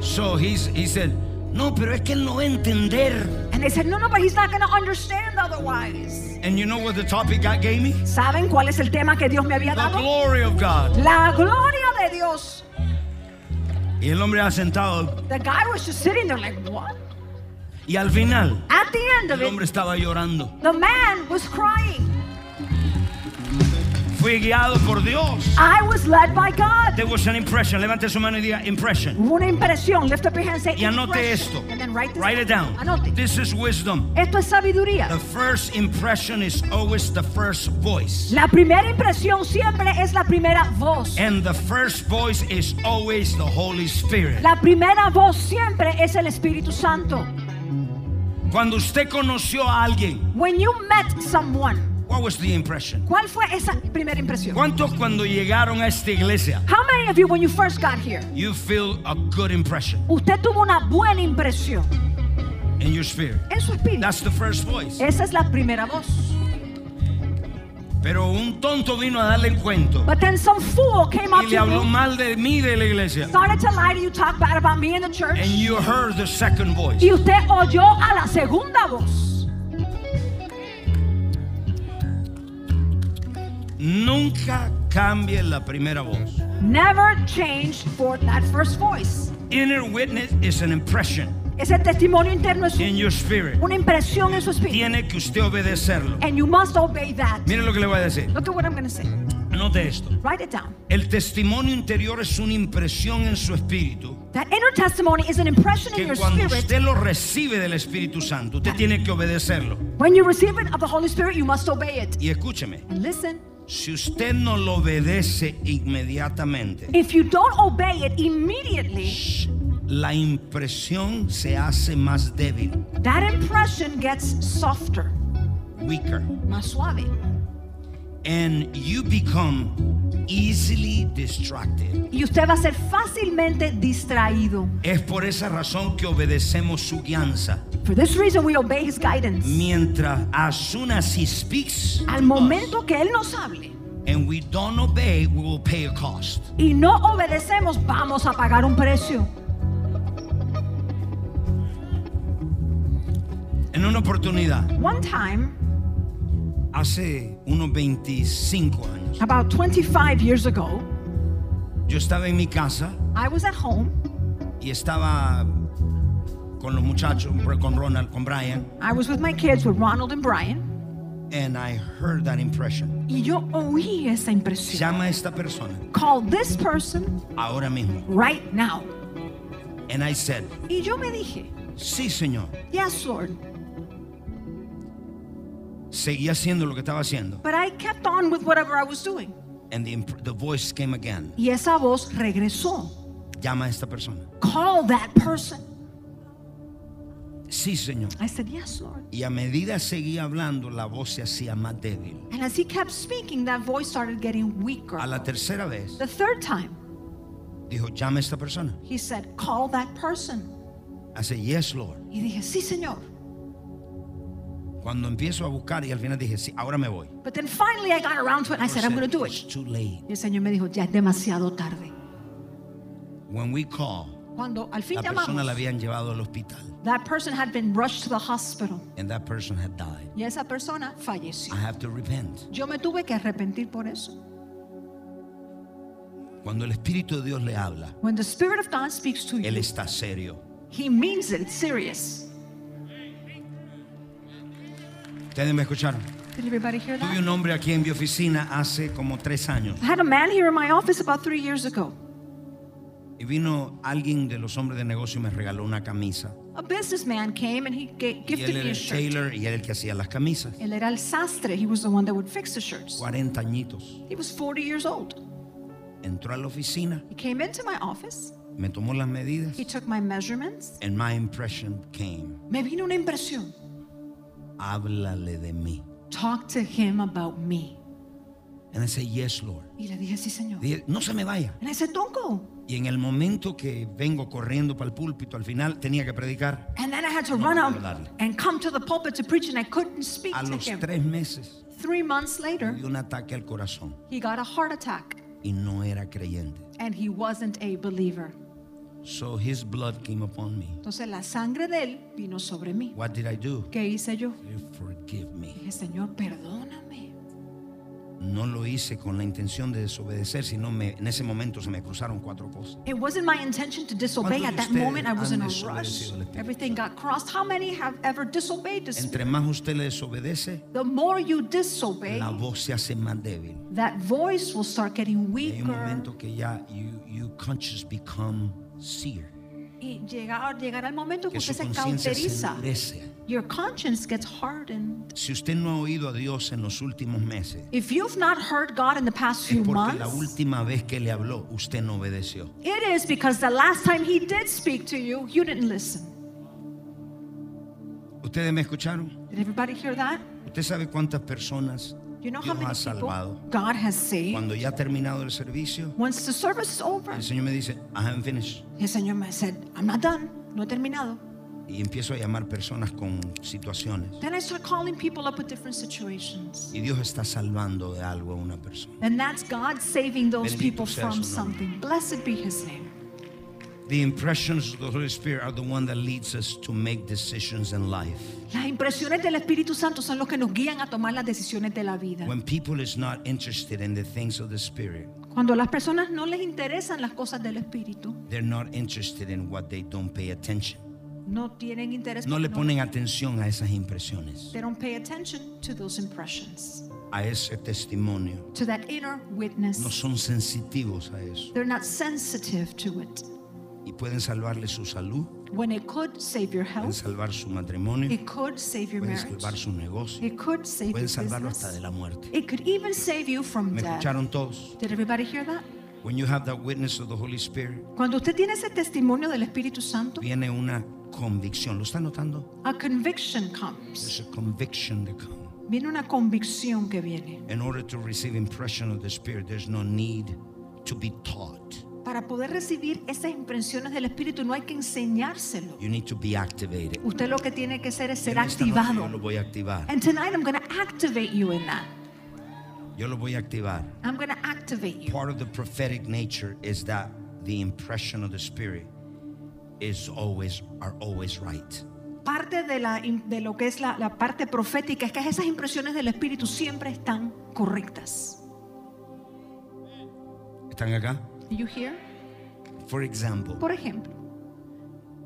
S2: So he's, he said, no, pero es que él no va a entender.
S3: And they said, no, no, but he's not going to understand otherwise.
S2: And you know what the topic God gave me?
S3: ¿Saben cuál es el tema que Dios me había
S2: The
S3: dado?
S2: glory of God.
S3: La gloria de Dios.
S2: Y el hombre ha sentado
S3: The guy was just sitting there like, what?
S2: y al final
S3: At the end of
S2: el hombre
S3: it,
S2: estaba llorando.
S3: the man was crying.
S2: Fui guiado por Dios.
S3: I was led by God.
S2: There was an impression. Levante su mano y diga impression.
S3: Hubo una impresión. Lift up your hands, say,
S2: Y anote esto.
S3: impression. And then write, this
S2: Write it down.
S3: Anote.
S2: This is wisdom.
S3: Esto es sabiduría.
S2: The first impression is always the first voice.
S3: La primera impresión siempre es la primera voz.
S2: And the first voice is always the Holy Spirit.
S3: La primera voz siempre es el Espíritu Santo.
S2: Cuando usted conoció a alguien,
S3: When you met someone,
S2: what was the impression?
S3: ¿cuál fue esa primera impresión?
S2: ¿Cuántos cuando llegaron a esta iglesia,
S3: How many of you, when you first got here,
S2: you feel a good impression
S3: usted tuvo una buena impresión
S2: in your spirit?
S3: en su espíritu?
S2: That's the first voice.
S3: Esa es la primera voz.
S2: Pero un tonto vino a darle el cuento
S3: But then some fool came up
S2: y
S3: to
S2: le habló
S3: you,
S2: mal de mí de la iglesia.
S3: started to lie to you, talk bad about me in the church.
S2: And you heard the second voice.
S3: Y usted oyó a la segunda voz.
S2: Nunca cambie la primera voz.
S3: Never change for that first voice.
S2: Inner witness is an impression
S3: Ese testimonio interno es
S2: in your spirit.
S3: una impresión en su espíritu.
S2: Tiene que usted obedecerlo.
S3: And you must obey that.
S2: Mire lo que le voy a decir.
S3: Look at what I'm going to say.
S2: Anote esto.
S3: Write it down.
S2: El testimonio interior es una impresión en su espíritu
S3: That inner testimony is an impression in
S2: que
S3: your
S2: cuando
S3: spirit.
S2: usted lo recibe del Espíritu Santo, usted tiene que obedecerlo.
S3: When you receive it of the Holy Spirit, you must obey it.
S2: Y escúcheme,
S3: And listen,
S2: si usted no lo obedece inmediatamente,
S3: if you don't obey it immediately,
S2: la impresión se hace más débil,
S3: that impression gets softer,
S2: weaker,
S3: más suave.
S2: and you become easily distracted.
S3: Y usted va a ser fácilmente distraído.
S2: Es por esa razón que obedecemos su guianza.
S3: For this reason, we obey his guidance.
S2: Mientras as soon as he speaks
S3: Al
S2: to
S3: momento que Él nos hable
S2: us, and we don't obey, we will pay a cost.
S3: y no obedecemos, vamos a pagar un precio.
S2: En una oportunidad,
S3: One time,
S2: hace unos 25 años,
S3: about 25 years ago,
S2: yo estaba en mi casa
S3: I was at home.
S2: y estaba con los muchachos, con Ronald, con Brian,
S3: I was with my kids, with Ronald and Brian,
S2: and I heard that impression.
S3: Y yo oí esa impresión.
S2: Llama a esta persona
S3: Call this person
S2: ahora mismo.
S3: right now.
S2: And I said,
S3: Y yo me dije,
S2: sí, señor.
S3: yes, Lord.
S2: Seguí haciendo lo que estaba haciendo.
S3: But I kept on with whatever I was doing.
S2: And the, imp- the voice came again.
S3: Y esa voz regresó.
S2: Llama a esta persona.
S3: Call that person.
S2: Sí, señor.
S3: I said, yes, Lord.
S2: Y a medida seguía hablando, la voz se hacía más débil.
S3: And as he kept speaking, that voice started getting weaker.
S2: A la tercera vez,
S3: The third time,
S2: dijo, llama a esta persona.
S3: he said, call that person.
S2: Hace, yes, Lord.
S3: Y dije, sí, señor.
S2: Cuando empiezo a buscar y al final dije, sí, ahora me voy.
S3: But then finally I got around to it and I said, I'm going to do it.
S2: It's too late.
S3: Y el Señor me dijo, ya es demasiado tarde.
S2: When we call,
S3: Cuando al fin
S2: la persona la
S3: llamamos,
S2: habían llevado al hospital.
S3: that person had been rushed to the hospital.
S2: And that person had died.
S3: Y esa persona
S2: I
S3: falleció.
S2: have to repent.
S3: Yo me tuve que arrepentir por eso.
S2: Cuando el Espíritu de Dios le habla,
S3: When the Spirit of God speaks to
S2: Él
S3: you,
S2: está serio.
S3: He means it. It's serious.
S2: Ustedes me escucharon.
S3: Did everybody hear
S2: Tuve
S3: that?
S2: un hombre aquí en mi oficina hace como tres años.
S3: I had a man here in my office about three years ago.
S2: Y vino alguien de los hombres de negocio y me regaló una camisa.
S3: A businessman came and he ga-
S2: Y
S3: gifted
S2: él
S3: me
S2: era
S3: a
S2: el
S3: shirt.
S2: tailor y era el que hacía las camisas.
S3: Él era el sastre. He was the one that would fix the shirts.
S2: 40 añitos.
S3: He was 40 years old.
S2: Entró a la oficina,
S3: He came into my office.
S2: me tomó las medidas.
S3: He took my measurements.
S2: And my impression came.
S3: Me vino una impresión.
S2: Háblale de mí.
S3: Talk to him about me.
S2: And I said, yes, Lord.
S3: Y le dije, sí, señor.
S2: Dije, no se me vaya.
S3: And I said, don't go.
S2: Y en el momento que vengo corriendo para el púlpito, al final tenía que predicar.
S3: And then I had to
S2: No
S3: run
S2: puedo
S3: out
S2: hablarle.
S3: and come to the pulpit to preach, and I couldn't speak
S2: A
S3: to
S2: los
S3: him.
S2: tres meses,
S3: Three months later,
S2: tuve un ataque al corazón
S3: he got a heart attack,
S2: y no era creyente.
S3: and he wasn't a believer.
S2: So his blood came upon me.
S3: Entonces la sangre de él vino sobre mí.
S2: What did I do?
S3: ¿Qué hice yo?
S2: You forgive me.
S3: Dije, Señor, perdóname.
S2: No lo hice con la intención de desobedecer, sino me- en ese momento se me cruzaron cuatro cosas.
S3: It wasn't my intention to disobey.
S2: ¿Cuántos
S3: At
S2: de
S3: that
S2: ustedes
S3: moment, I was
S2: han
S3: in a rush.
S2: desobedecido al Espíritu
S3: Everything got crossed. How many have ever disobeyed the Spirit?
S2: Entre más usted le desobedece,
S3: The more you disobey,
S2: la voz se hace más débil.
S3: that voice will start getting
S2: Y Hay un
S3: weaker.
S2: momento que ya you, you conscious become seer.
S3: Y llega, llegará el momento que
S2: Que
S3: usted
S2: su
S3: se
S2: conciencia se
S3: cauteriza.
S2: endurece.
S3: Your conscience gets hardened.
S2: Si usted no ha oído a Dios en los últimos meses,
S3: If you've not heard God in the past
S2: es
S3: few
S2: porque la
S3: months,
S2: última vez que le habló, usted no obedeció.
S3: it is because the last time He did speak to you, you didn't listen.
S2: ¿Ustedes me escucharon?
S3: Did everybody hear that?
S2: ¿Usted sabe cuántas personas
S3: You know how
S2: Dios
S3: many
S2: ha
S3: people
S2: salvado?
S3: God has saved?
S2: Cuando ya ha terminado el servicio,
S3: Once the service is over,
S2: el Señor me dice, I haven't finished.
S3: el Señor me said, I'm not done. No he terminado.
S2: Y empiezo a llamar personas con situaciones.
S3: Then I start calling people up with different situations.
S2: Y Dios está salvando de algo a una persona.
S3: And that's God saving those
S2: Bendito
S3: people
S2: sea
S3: from
S2: su nombre.
S3: something. Blessed be his name.
S2: The impressions of the Holy Spirit are the one that leads us to make decisions in life.
S3: Las impresiones del Espíritu Santo son los que nos guían a tomar las decisiones de la vida.
S2: When people is not interested in the things of the spirit,
S3: Cuando a las personas no les interesan las cosas del Espíritu,
S2: they're not interested in what they don't pay attention.
S3: no tienen interés.
S2: No le
S3: no-
S2: ponen atención a esas impresiones,
S3: They don't pay attention to those impressions,
S2: a ese testimonio.
S3: to that inner
S2: No
S3: witness.
S2: son sensitivos a eso
S3: They're not sensitive to it.
S2: y pueden salvarle su salud,
S3: When it could save your
S2: pueden
S3: health,
S2: salvar su matrimonio,
S3: it could save your
S2: pueden salvar
S3: marriage,
S2: su negocio,
S3: it could save your
S2: pueden salvarlo hasta de
S3: business.
S2: la muerte.
S3: It could even save you from
S2: ¿Me
S3: death.
S2: escucharon todos?
S3: Did everybody hear that?
S2: When you have that witness of the Holy Spirit,
S3: Cuando usted tiene ese testimonio del Espíritu Santo,
S2: viene una convicción. ¿Lo está notando?
S3: a conviction comes.
S2: There's a conviction that comes.
S3: Viene una convicción que viene.
S2: In order to receive impression of the Spirit, there's no need to be taught.
S3: Para poder recibir esas impresiones del Espíritu no hay que enseñárselo.
S2: You need to be activated.
S3: Usted lo que tiene que hacer es ser
S2: En esta noche Yo lo
S3: activado.
S2: voy a activar.
S3: And tonight I'm going to activate you in that.
S2: Yo lo voy a activar.
S3: I'm going to activate you.
S2: Part of the prophetic nature is that the impression of the Spirit is always are always right.
S3: Parte de, la, de lo que es la, la parte profética es que esas impresiones del Espíritu siempre están correctas.
S2: ¿Están acá?
S3: You hear?
S2: For example,
S3: Por ejemplo,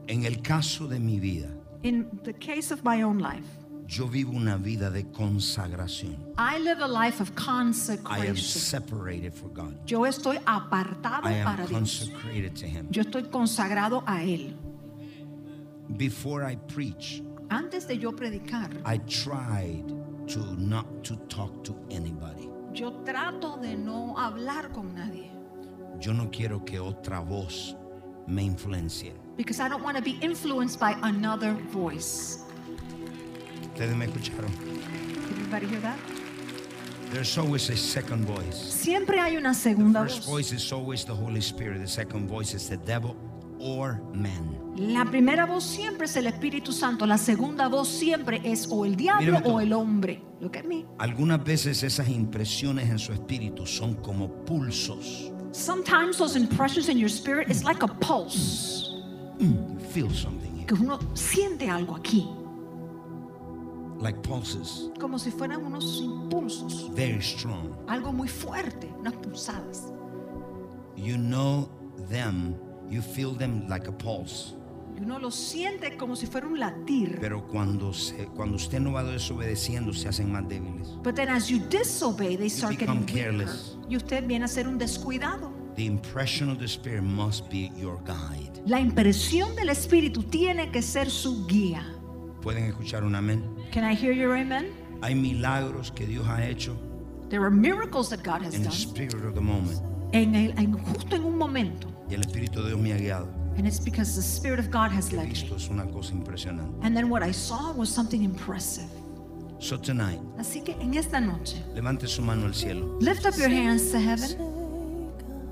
S2: en el caso de mi vida,
S3: in the case of my own life,
S2: Yo vivo una vida de consagración.
S3: I live a life of
S2: I am
S3: consecration.
S2: separated for God.
S3: Yo estoy apartado
S2: I am
S3: para Dios.
S2: consecrated to Him.
S3: Yo estoy consagrado a Él.
S2: Before I preach,
S3: Antes de yo predicar,
S2: I tried to not to talk to anybody.
S3: yo trato de no hablar con nadie.
S2: Yo no quiero que otra voz me influencie.
S3: Because I don't want to be influenced by another voice.
S2: Ustedes me escucharon.
S3: Did everybody hear that?
S2: There's always a second voice.
S3: Siempre hay una
S2: The
S3: segunda
S2: first
S3: voz.
S2: voice is always the Holy Spirit. The second voice is the devil or man.
S3: La primera voz siempre es el Espíritu Santo. La segunda voz siempre es o el diablo
S2: Mírame tú.
S3: o el hombre. Look at me.
S2: Algunas veces esas impresiones en su espíritu son como pulsos.
S3: Sometimes those impressions in your spirit is like a pulse.
S2: You feel something here.
S3: Que uno siente algo aquí.
S2: Like pulses.
S3: Como si fueran unos impulsos.
S2: Very strong.
S3: Algo muy fuerte. Unas pulsadas.
S2: You know them. You feel them like a pulse.
S3: Y uno lo siente como si fuera un latir.
S2: Pero cuando, se, cuando usted no va desobedeciendo, se hacen más débiles.
S3: But then as you disobey, they start
S2: become
S3: getting weaker.
S2: careless.
S3: Y usted viene a ser un descuidado.
S2: The impression of the Spirit must be your guide.
S3: La impresión del Espíritu tiene que ser su guía.
S2: ¿Pueden escuchar un amén?
S3: Can I hear your amen?
S2: Hay milagros que Dios ha hecho
S3: There are miracles that God has
S2: en el
S3: done.
S2: spirit of the moment.
S3: En el- en- justo en un momento.
S2: Y el Espíritu de Dios me ha guiado.
S3: And it's because the Spirit of God has
S2: He
S3: led
S2: visto
S3: me.
S2: es una cosa impresionante.
S3: And then what I saw was something impressive.
S2: So tonight,
S3: Así que en esta noche,
S2: levante su mano al cielo.
S3: lift up your hands to heaven.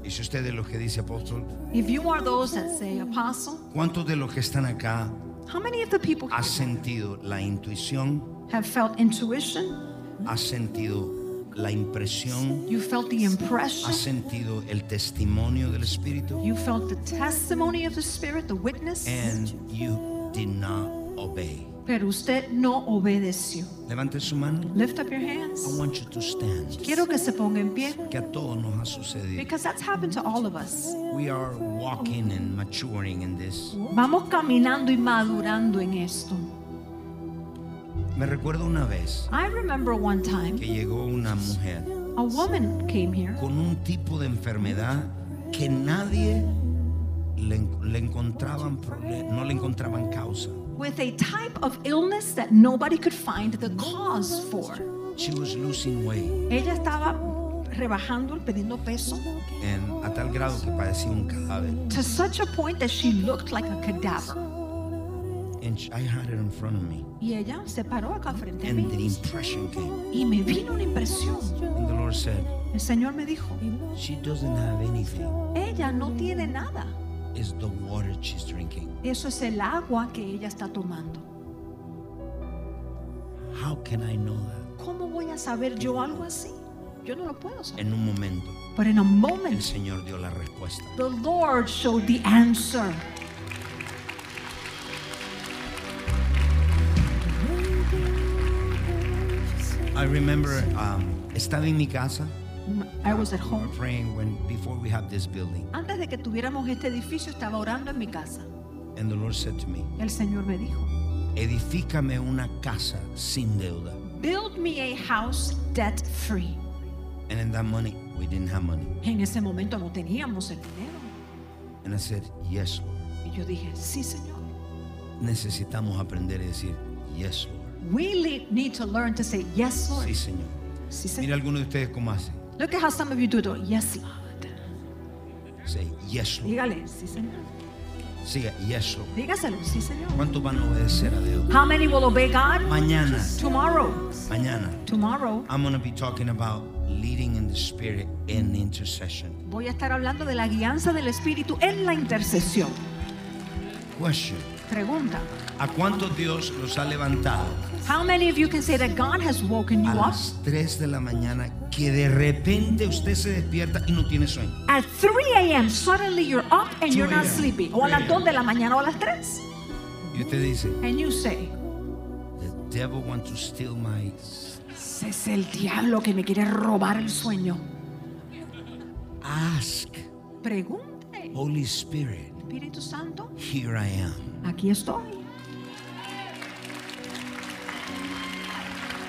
S2: Y si usted es de los que dice apóstol,
S3: If you are those that say, Apostle,
S2: ¿cuántos de los que están acá
S3: how many of the people
S2: ha sentido la intuición?
S3: have felt intuition?
S2: ¿Ha sentido la impresión?
S3: You felt the
S2: ¿Ha
S3: impression?
S2: sentido el testimonio del Espíritu?
S3: You felt the testimony of the Spirit, the witness?
S2: And you did not obey.
S3: Pero usted no obedeció.
S2: Levante su mano.
S3: Lift up your
S2: I
S3: hands.
S2: want you to stand.
S3: Quiero que se ponga en pie.
S2: Que a todos nos ha sucedido.
S3: Because that's happened to all of us.
S2: We are walking and maturing in this.
S3: Vamos caminando y madurando en esto.
S2: Me recuerdo una vez
S3: I remember one time
S2: que llegó una mujer
S3: a woman came here
S2: con un tipo de enfermedad que nadie le, le encontraban prole- no le encontraban causa.
S3: with a type of illness that nobody could find the cause for.
S2: She was losing weight
S3: Ella estaba rebajando, perdiendo peso
S2: and a tal grado que parecía un cadáver.
S3: to such a point that she looked like a cadaver.
S2: And sh- I had it in front of me
S3: Y ella se paró acá frente a
S2: and the
S3: mí
S2: impression came.
S3: y me vino una impresión.
S2: And the Lord said,
S3: El Señor me dijo,
S2: she doesn't have anything.
S3: ella no tiene nada.
S2: It's the water she's drinking.
S3: Eso es el agua que ella está tomando.
S2: How can I know that?
S3: ¿Cómo voy a saber yo algo así? Yo no lo puedo saber.
S2: En un momento
S3: But in a
S2: el
S3: moment,
S2: Señor dio la respuesta.
S3: the Lord showed the answer.
S2: I remember um, estaba en mi casa
S3: I was at home.
S2: praying when before we have this building,
S3: Antes de que tuviéramos este edificio, estaba orando en mi casa.
S2: and the Lord said to me,
S3: El Señor me dijo,
S2: "Edifícame una casa sin deuda."
S3: build me a house debt free.
S2: And in that money, we didn't have money,
S3: En ese momento no teníamos el dinero.
S2: and I said, "Yes, Lord."
S3: Y yo dije, sí, Señor.
S2: Necesitamos aprender a decir, "Yes, Lord."
S3: We le- need to learn to say, yes, Lord.
S2: Sí, señor.
S3: Sí,
S2: Mira
S3: Señor.
S2: algunos de ustedes cómo hacen.
S3: Look at how some of you do it. Yes, Lord.
S2: Say, "Yes, Lord."
S3: Dígale, sí, Señor.
S2: Siga, "Yes, Lord."
S3: Dígaselo, sí, Señor.
S2: ¿Cuántos van a obedecer a Dios?
S3: How many will obey God?
S2: Mañana,
S3: Tomorrow.
S2: mañana,
S3: Tomorrow
S2: I'm gonna be talking about leading in the Spirit and intercession.
S3: voy a estar hablando de la guianza del Espíritu en la intercesión.
S2: Question.
S3: Pregunta.
S2: ¿A cuántos Dios los ha levantado
S3: How many of you can say that God has woken you
S2: a
S3: up
S2: las 3 de la mañana que de repente usted se despierta y no tiene sueño?
S3: at 3 a.m. Suddenly you're up and you're not
S2: 2 a.m.,
S3: sleepy. O a las 2 de la mañana o a las 3.
S2: Y usted dice,
S3: And you say,
S2: the devil wants to steal my...
S3: ese es el diablo que me quiere robar el sueño.
S2: Ask,
S3: Pregunte,
S2: Holy Spirit,
S3: Espíritu Santo,
S2: here I am.
S3: aquí estoy.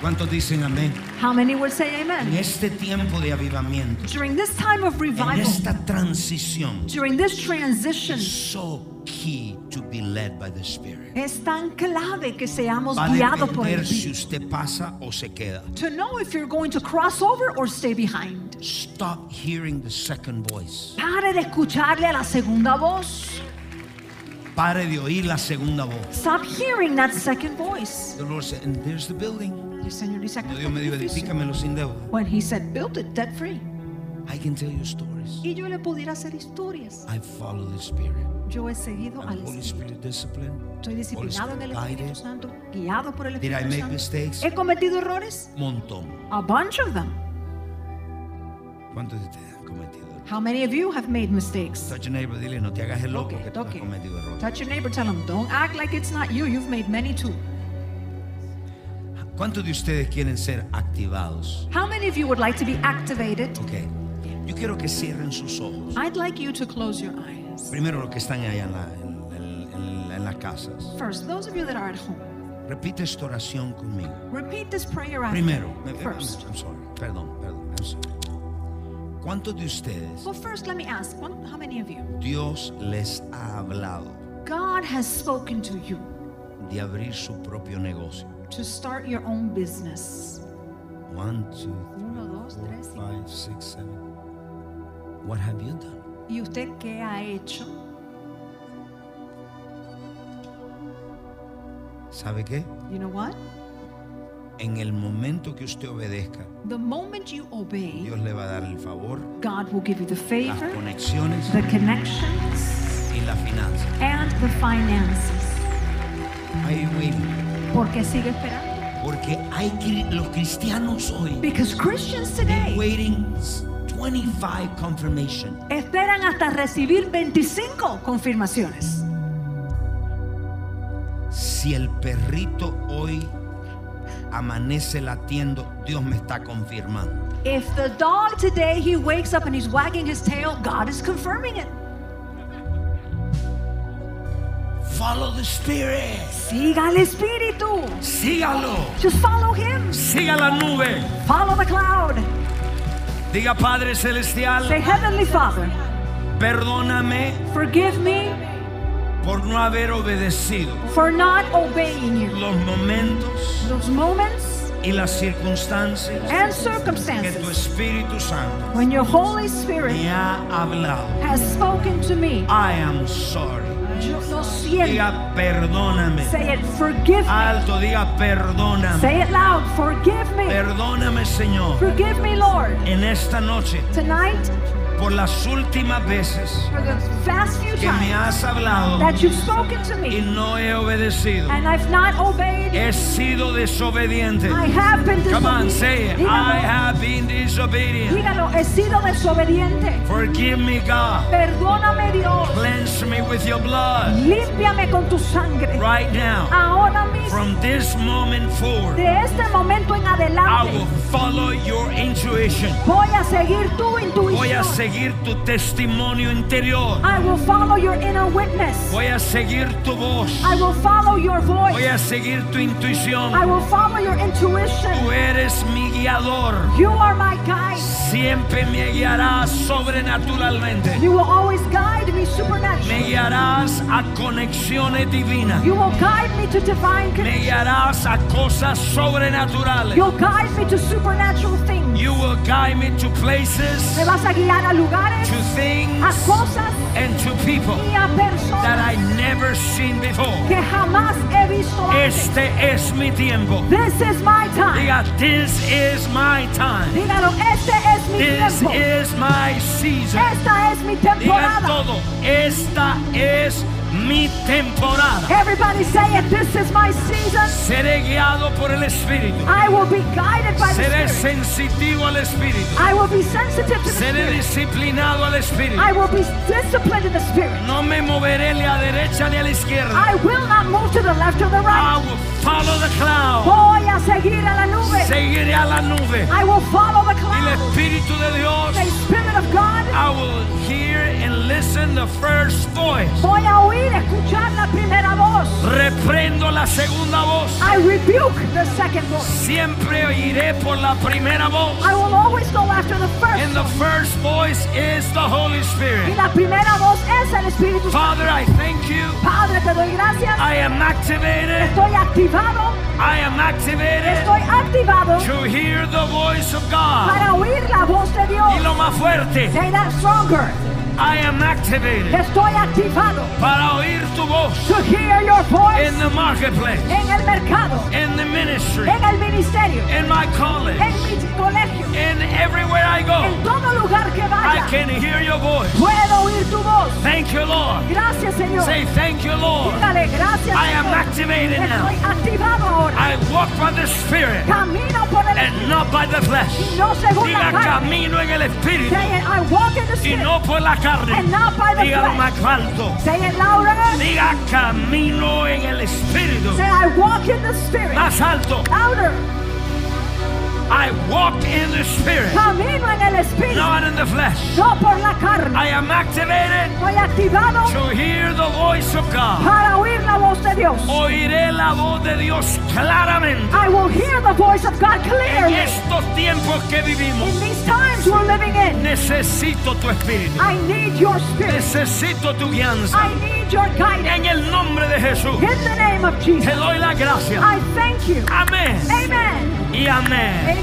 S2: ¿Cuántos dicen amén?
S3: How many will say
S2: En
S3: amen?
S2: este tiempo de avivamiento,
S3: During this time of
S2: en
S3: revival,
S2: esta transición,
S3: during this transition,
S2: so key to be led by the Spirit.
S3: es tan clave que seamos
S2: Va a
S3: guiados por el
S2: depender si
S3: Espíritu.
S2: usted pasa o se queda.
S3: To know if you're going to cross over or stay behind.
S2: Stop hearing the second voice.
S3: Pare de escucharle a la segunda voz.
S2: Pare de oír la segunda voz.
S3: Stop hearing that second voice.
S2: The Lord said, and there's the building.
S3: El Señor dice, "Acá
S2: Cuando
S3: está
S2: Dios me
S3: el
S2: dijo,
S3: edificio".
S2: edifícamelo sin deuda.
S3: When he said, build it debt free.
S2: I can tell you stories.
S3: Y yo le pudiera hacer historias.
S2: I follow the Spirit.
S3: Yo he seguido al
S2: I'm Holy
S3: Espíritu.
S2: Spirit discipline.
S3: Estoy disciplinado en el
S2: Holy Spirit
S3: Espíritu
S2: guided.
S3: Santo, guiado por el
S2: Did I
S3: Espíritu
S2: make
S3: Santo. Eh.
S2: mistakes?
S3: He cometido errores,
S2: Montón.
S3: a bunch of them.
S2: ¿Cuántos de ustedes han cometido errores?
S3: How many of you have made mistakes?
S2: Touch a neighbor, dile, no te hagas el loco
S3: Okay,
S2: que tú has
S3: okay.
S2: cometido errores.
S3: Touch your neighbor, tell him, don't act like it's not you. You've made many too.
S2: ¿Cuántos de ustedes quieren ser activados?
S3: How many of you would like to be activated?
S2: Ok. Yo quiero que cierren sus ojos.
S3: I'd like you to close your eyes.
S2: Primero los que están allá en, la- en- en- en- en las casas.
S3: First, those of you that are at home,
S2: Repite esta oración conmigo.
S3: repeat this prayer after. me.
S2: Primero, me- me-
S3: First.
S2: I'm sorry, perdón, perdón. I'm sorry. ¿Cuántos de ustedes
S3: Well, first, let me ask, one, how many of you?
S2: Dios les ha hablado
S3: God has spoken to you
S2: de abrir su propio negocio?
S3: to start your own business.
S2: 1, 2,
S3: Uno, dos, tres. y-
S2: 5, 6, 7. What have you done?
S3: ¿Y usted qué ha hecho?
S2: ¿Sabe qué?
S3: You know what?
S2: En el momento que usted obedezca,
S3: The moment you obey,
S2: Dios le va a dar el favor,
S3: God will give you the
S2: las
S3: favor,
S2: conexiones
S4: The connections
S2: y las finanzas.
S3: and the finances.
S2: Ahí, Willy.
S3: Porque sigue esperando.
S2: Porque hay cri- los cristianos hoy
S3: Because Christians today
S2: waiting 25 confirmation.
S3: esperan hasta recibir 25 confirmaciones.
S2: Si el perrito hoy amanece latiendo, Dios me está confirmando.
S3: If the dog today he wakes up and he's wagging his tail, God is confirming it.
S2: Follow the Spirit.
S3: Siga al espíritu.
S2: Sígalo.
S3: Just follow him.
S2: Siga la nube.
S3: Follow the cloud.
S2: Diga Padre Celestial,
S3: Say, Heavenly Father,
S2: perdóname
S3: forgive me
S2: por no haber obedecido
S3: for not obeying you.
S2: los momentos
S3: Those moments
S2: y las circunstancias que tu
S3: and circumstances
S2: Espíritu Santo
S3: when your Holy Spirit
S2: me ha hablado.
S3: has spoken to me.
S2: I am sorry.
S3: Yo lo siento.
S2: Diga perdóname.
S3: Say it, forgive me.
S2: Alto, diga perdóname.
S3: Say it loud, forgive me.
S2: Perdóname, Señor.
S3: Forgive me, Lord.
S2: En esta noche,
S3: Tonight,
S2: por las últimas veces
S3: for the last few
S2: que me
S3: times
S2: has hablado
S3: that you've spoken to
S2: y
S3: me
S2: no he obedecido,
S3: and I've not obeyed you,
S2: he sido desobediente.
S3: I have been
S2: Come on, say
S3: disobedient.
S2: it. I
S3: Dígalo,
S2: have been disobedient.
S3: dígalo, he sido desobediente.
S2: Forgive me, God.
S3: Perdóname, Dios.
S2: Cleanse me with your blood
S3: Límpiame con tu sangre.
S2: right
S3: Ah.
S2: now.
S3: Ahora mismo,
S2: From this moment forward,
S3: de este momento en
S2: I
S3: adelante.
S2: will follow your intuition.
S3: Voy a seguir tu intuición.
S2: Voy a seguir tu testimonio interior.
S3: I will follow your inner witness.
S2: Voy a seguir tu voz.
S3: I will follow your voice.
S2: Voy a seguir tu intuición.
S3: I will follow your intuition.
S2: Tú eres mi guiador.
S3: You are my guide.
S2: Siempre me guiarás sobrenaturalmente.
S3: You will always guide me supernaturally.
S2: Me guiarás a conexiones divinas.
S3: You will guide me to divine
S2: Me
S3: connection.
S2: guiarás a cosas sobrenaturales.
S3: You'll guide me to supernatural things.
S2: You will guide me to places,
S3: Me vas a guiar a lugares,
S2: to things,
S3: a cosas
S2: and to people
S3: y a
S2: that
S3: personas
S2: I never seen before.
S3: que jamás he visto antes.
S2: Este es mi tiempo.
S3: This is my time.
S2: Diga, this is my time.
S3: Dígalo, este es mi
S2: This
S3: tiempo.
S2: is my season.
S3: Esta es mi
S2: Digan
S3: temporada.
S2: todo, esta es mi temporada.
S3: Everybody say it. This is my season.
S2: Seré guiado por el Espíritu.
S3: I will be guided by
S2: Seré
S3: the Spirit.
S2: sensitivo al Espíritu.
S3: I will be sensitive to the
S2: Seré
S3: Spirit.
S2: disciplinado al Espíritu.
S3: I will be disciplined in the Spirit.
S2: No me moveré de derecha ni a la izquierda.
S3: I will not move to the left or the
S2: I
S3: right.
S2: will follow the cloud.
S3: Voy a seguir a la nube.
S2: Seguiré a la nube.
S3: I will follow the
S2: Y Ah. el
S3: cloud.
S2: Espíritu de Dios.
S3: The Spirit of God.
S2: I will hear and listen the first voice.
S3: Voy a oír, escuchar la primera voz.
S2: Reprendo la segunda voz.
S3: I rebuke the second voice.
S2: Siempre oiré por la primera voz.
S3: I will always go after the
S2: And
S3: first.
S2: the first voice is the Holy
S3: Y
S2: Spirit.
S3: la primera voz es el Espíritu Santo.
S2: Father, I thank you.
S3: Padre, te doy gracias.
S2: I am activated.
S3: Estoy activado.
S2: I am activated
S3: Estoy activado
S2: to hear the voice of God.
S3: para oír la voz de
S2: Y
S3: Dios.
S2: lo más fuerte,
S3: Say that stronger.
S2: I am activated
S3: Estoy activado
S2: para oír tu voz
S3: to hear your voice
S2: in the marketplace,
S3: en el mercado,
S2: in the ministry,
S3: en el ministerio,
S2: in my college,
S3: en mi colegio,
S2: in everywhere I
S3: en
S2: go.
S3: todo lugar que
S2: I
S3: vaya.
S2: can hear your voice.
S3: Puedo oír tu voz.
S2: Thank you, Lord.
S3: Gracias, Señor.
S2: Say thank you, Lord.
S3: Dígale gracias.
S2: I am
S3: Señor.
S2: activated now.
S3: Estoy activado ahora.
S2: I walk by the Spirit
S3: Camino por el
S2: and not by the flesh.
S3: y no según
S2: Diga
S3: la carne.
S2: camino en el Espíritu
S3: Say it, I walk in the
S2: y
S3: spirit
S2: no por la carne.
S3: and not by the
S2: Diga lo
S3: flesh.
S2: más alto.
S3: Say it louder.
S2: Diga camino en el Espíritu.
S3: Say I walk in the spirit.
S2: Más alto.
S3: Louder.
S2: I walk in the Spirit,
S3: Camino en el espíritu.
S2: not in the flesh.
S3: No por la carne.
S2: I am activated
S3: Estoy activado
S2: to hear the voice of God.
S3: para oír la voz de Dios.
S2: Oiré la voz de Dios claramente
S3: I will hear the voice of God
S2: en
S3: clearly.
S2: estos tiempos que vivimos.
S3: In these times we're living in,
S2: Necesito tu espíritu.
S3: I need your spirit.
S2: Necesito tu guianza.
S3: I need your guidance.
S2: En el nombre de Jesús.
S3: In the name of
S2: Te
S3: Jesus,
S2: doy las gracias.
S3: I thank you.
S2: Amén.
S3: Amen.
S2: Y amén.
S3: Amen.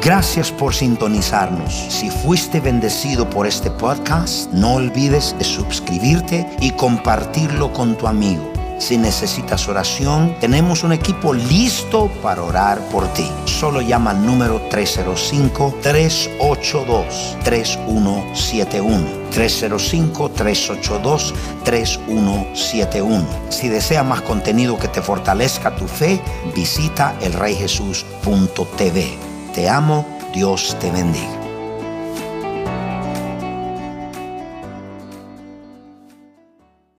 S1: Gracias por sintonizarnos. Si fuiste bendecido por este podcast, no olvides de suscribirte y compartirlo con tu amigo. Si necesitas oración, tenemos un equipo listo para orar por ti. Solo llama al número 305-382-3171. 305-382-3171. Si desea más contenido que te fortalezca tu fe, visita elreyjesus.tv. Te amo, Dios te bendiga.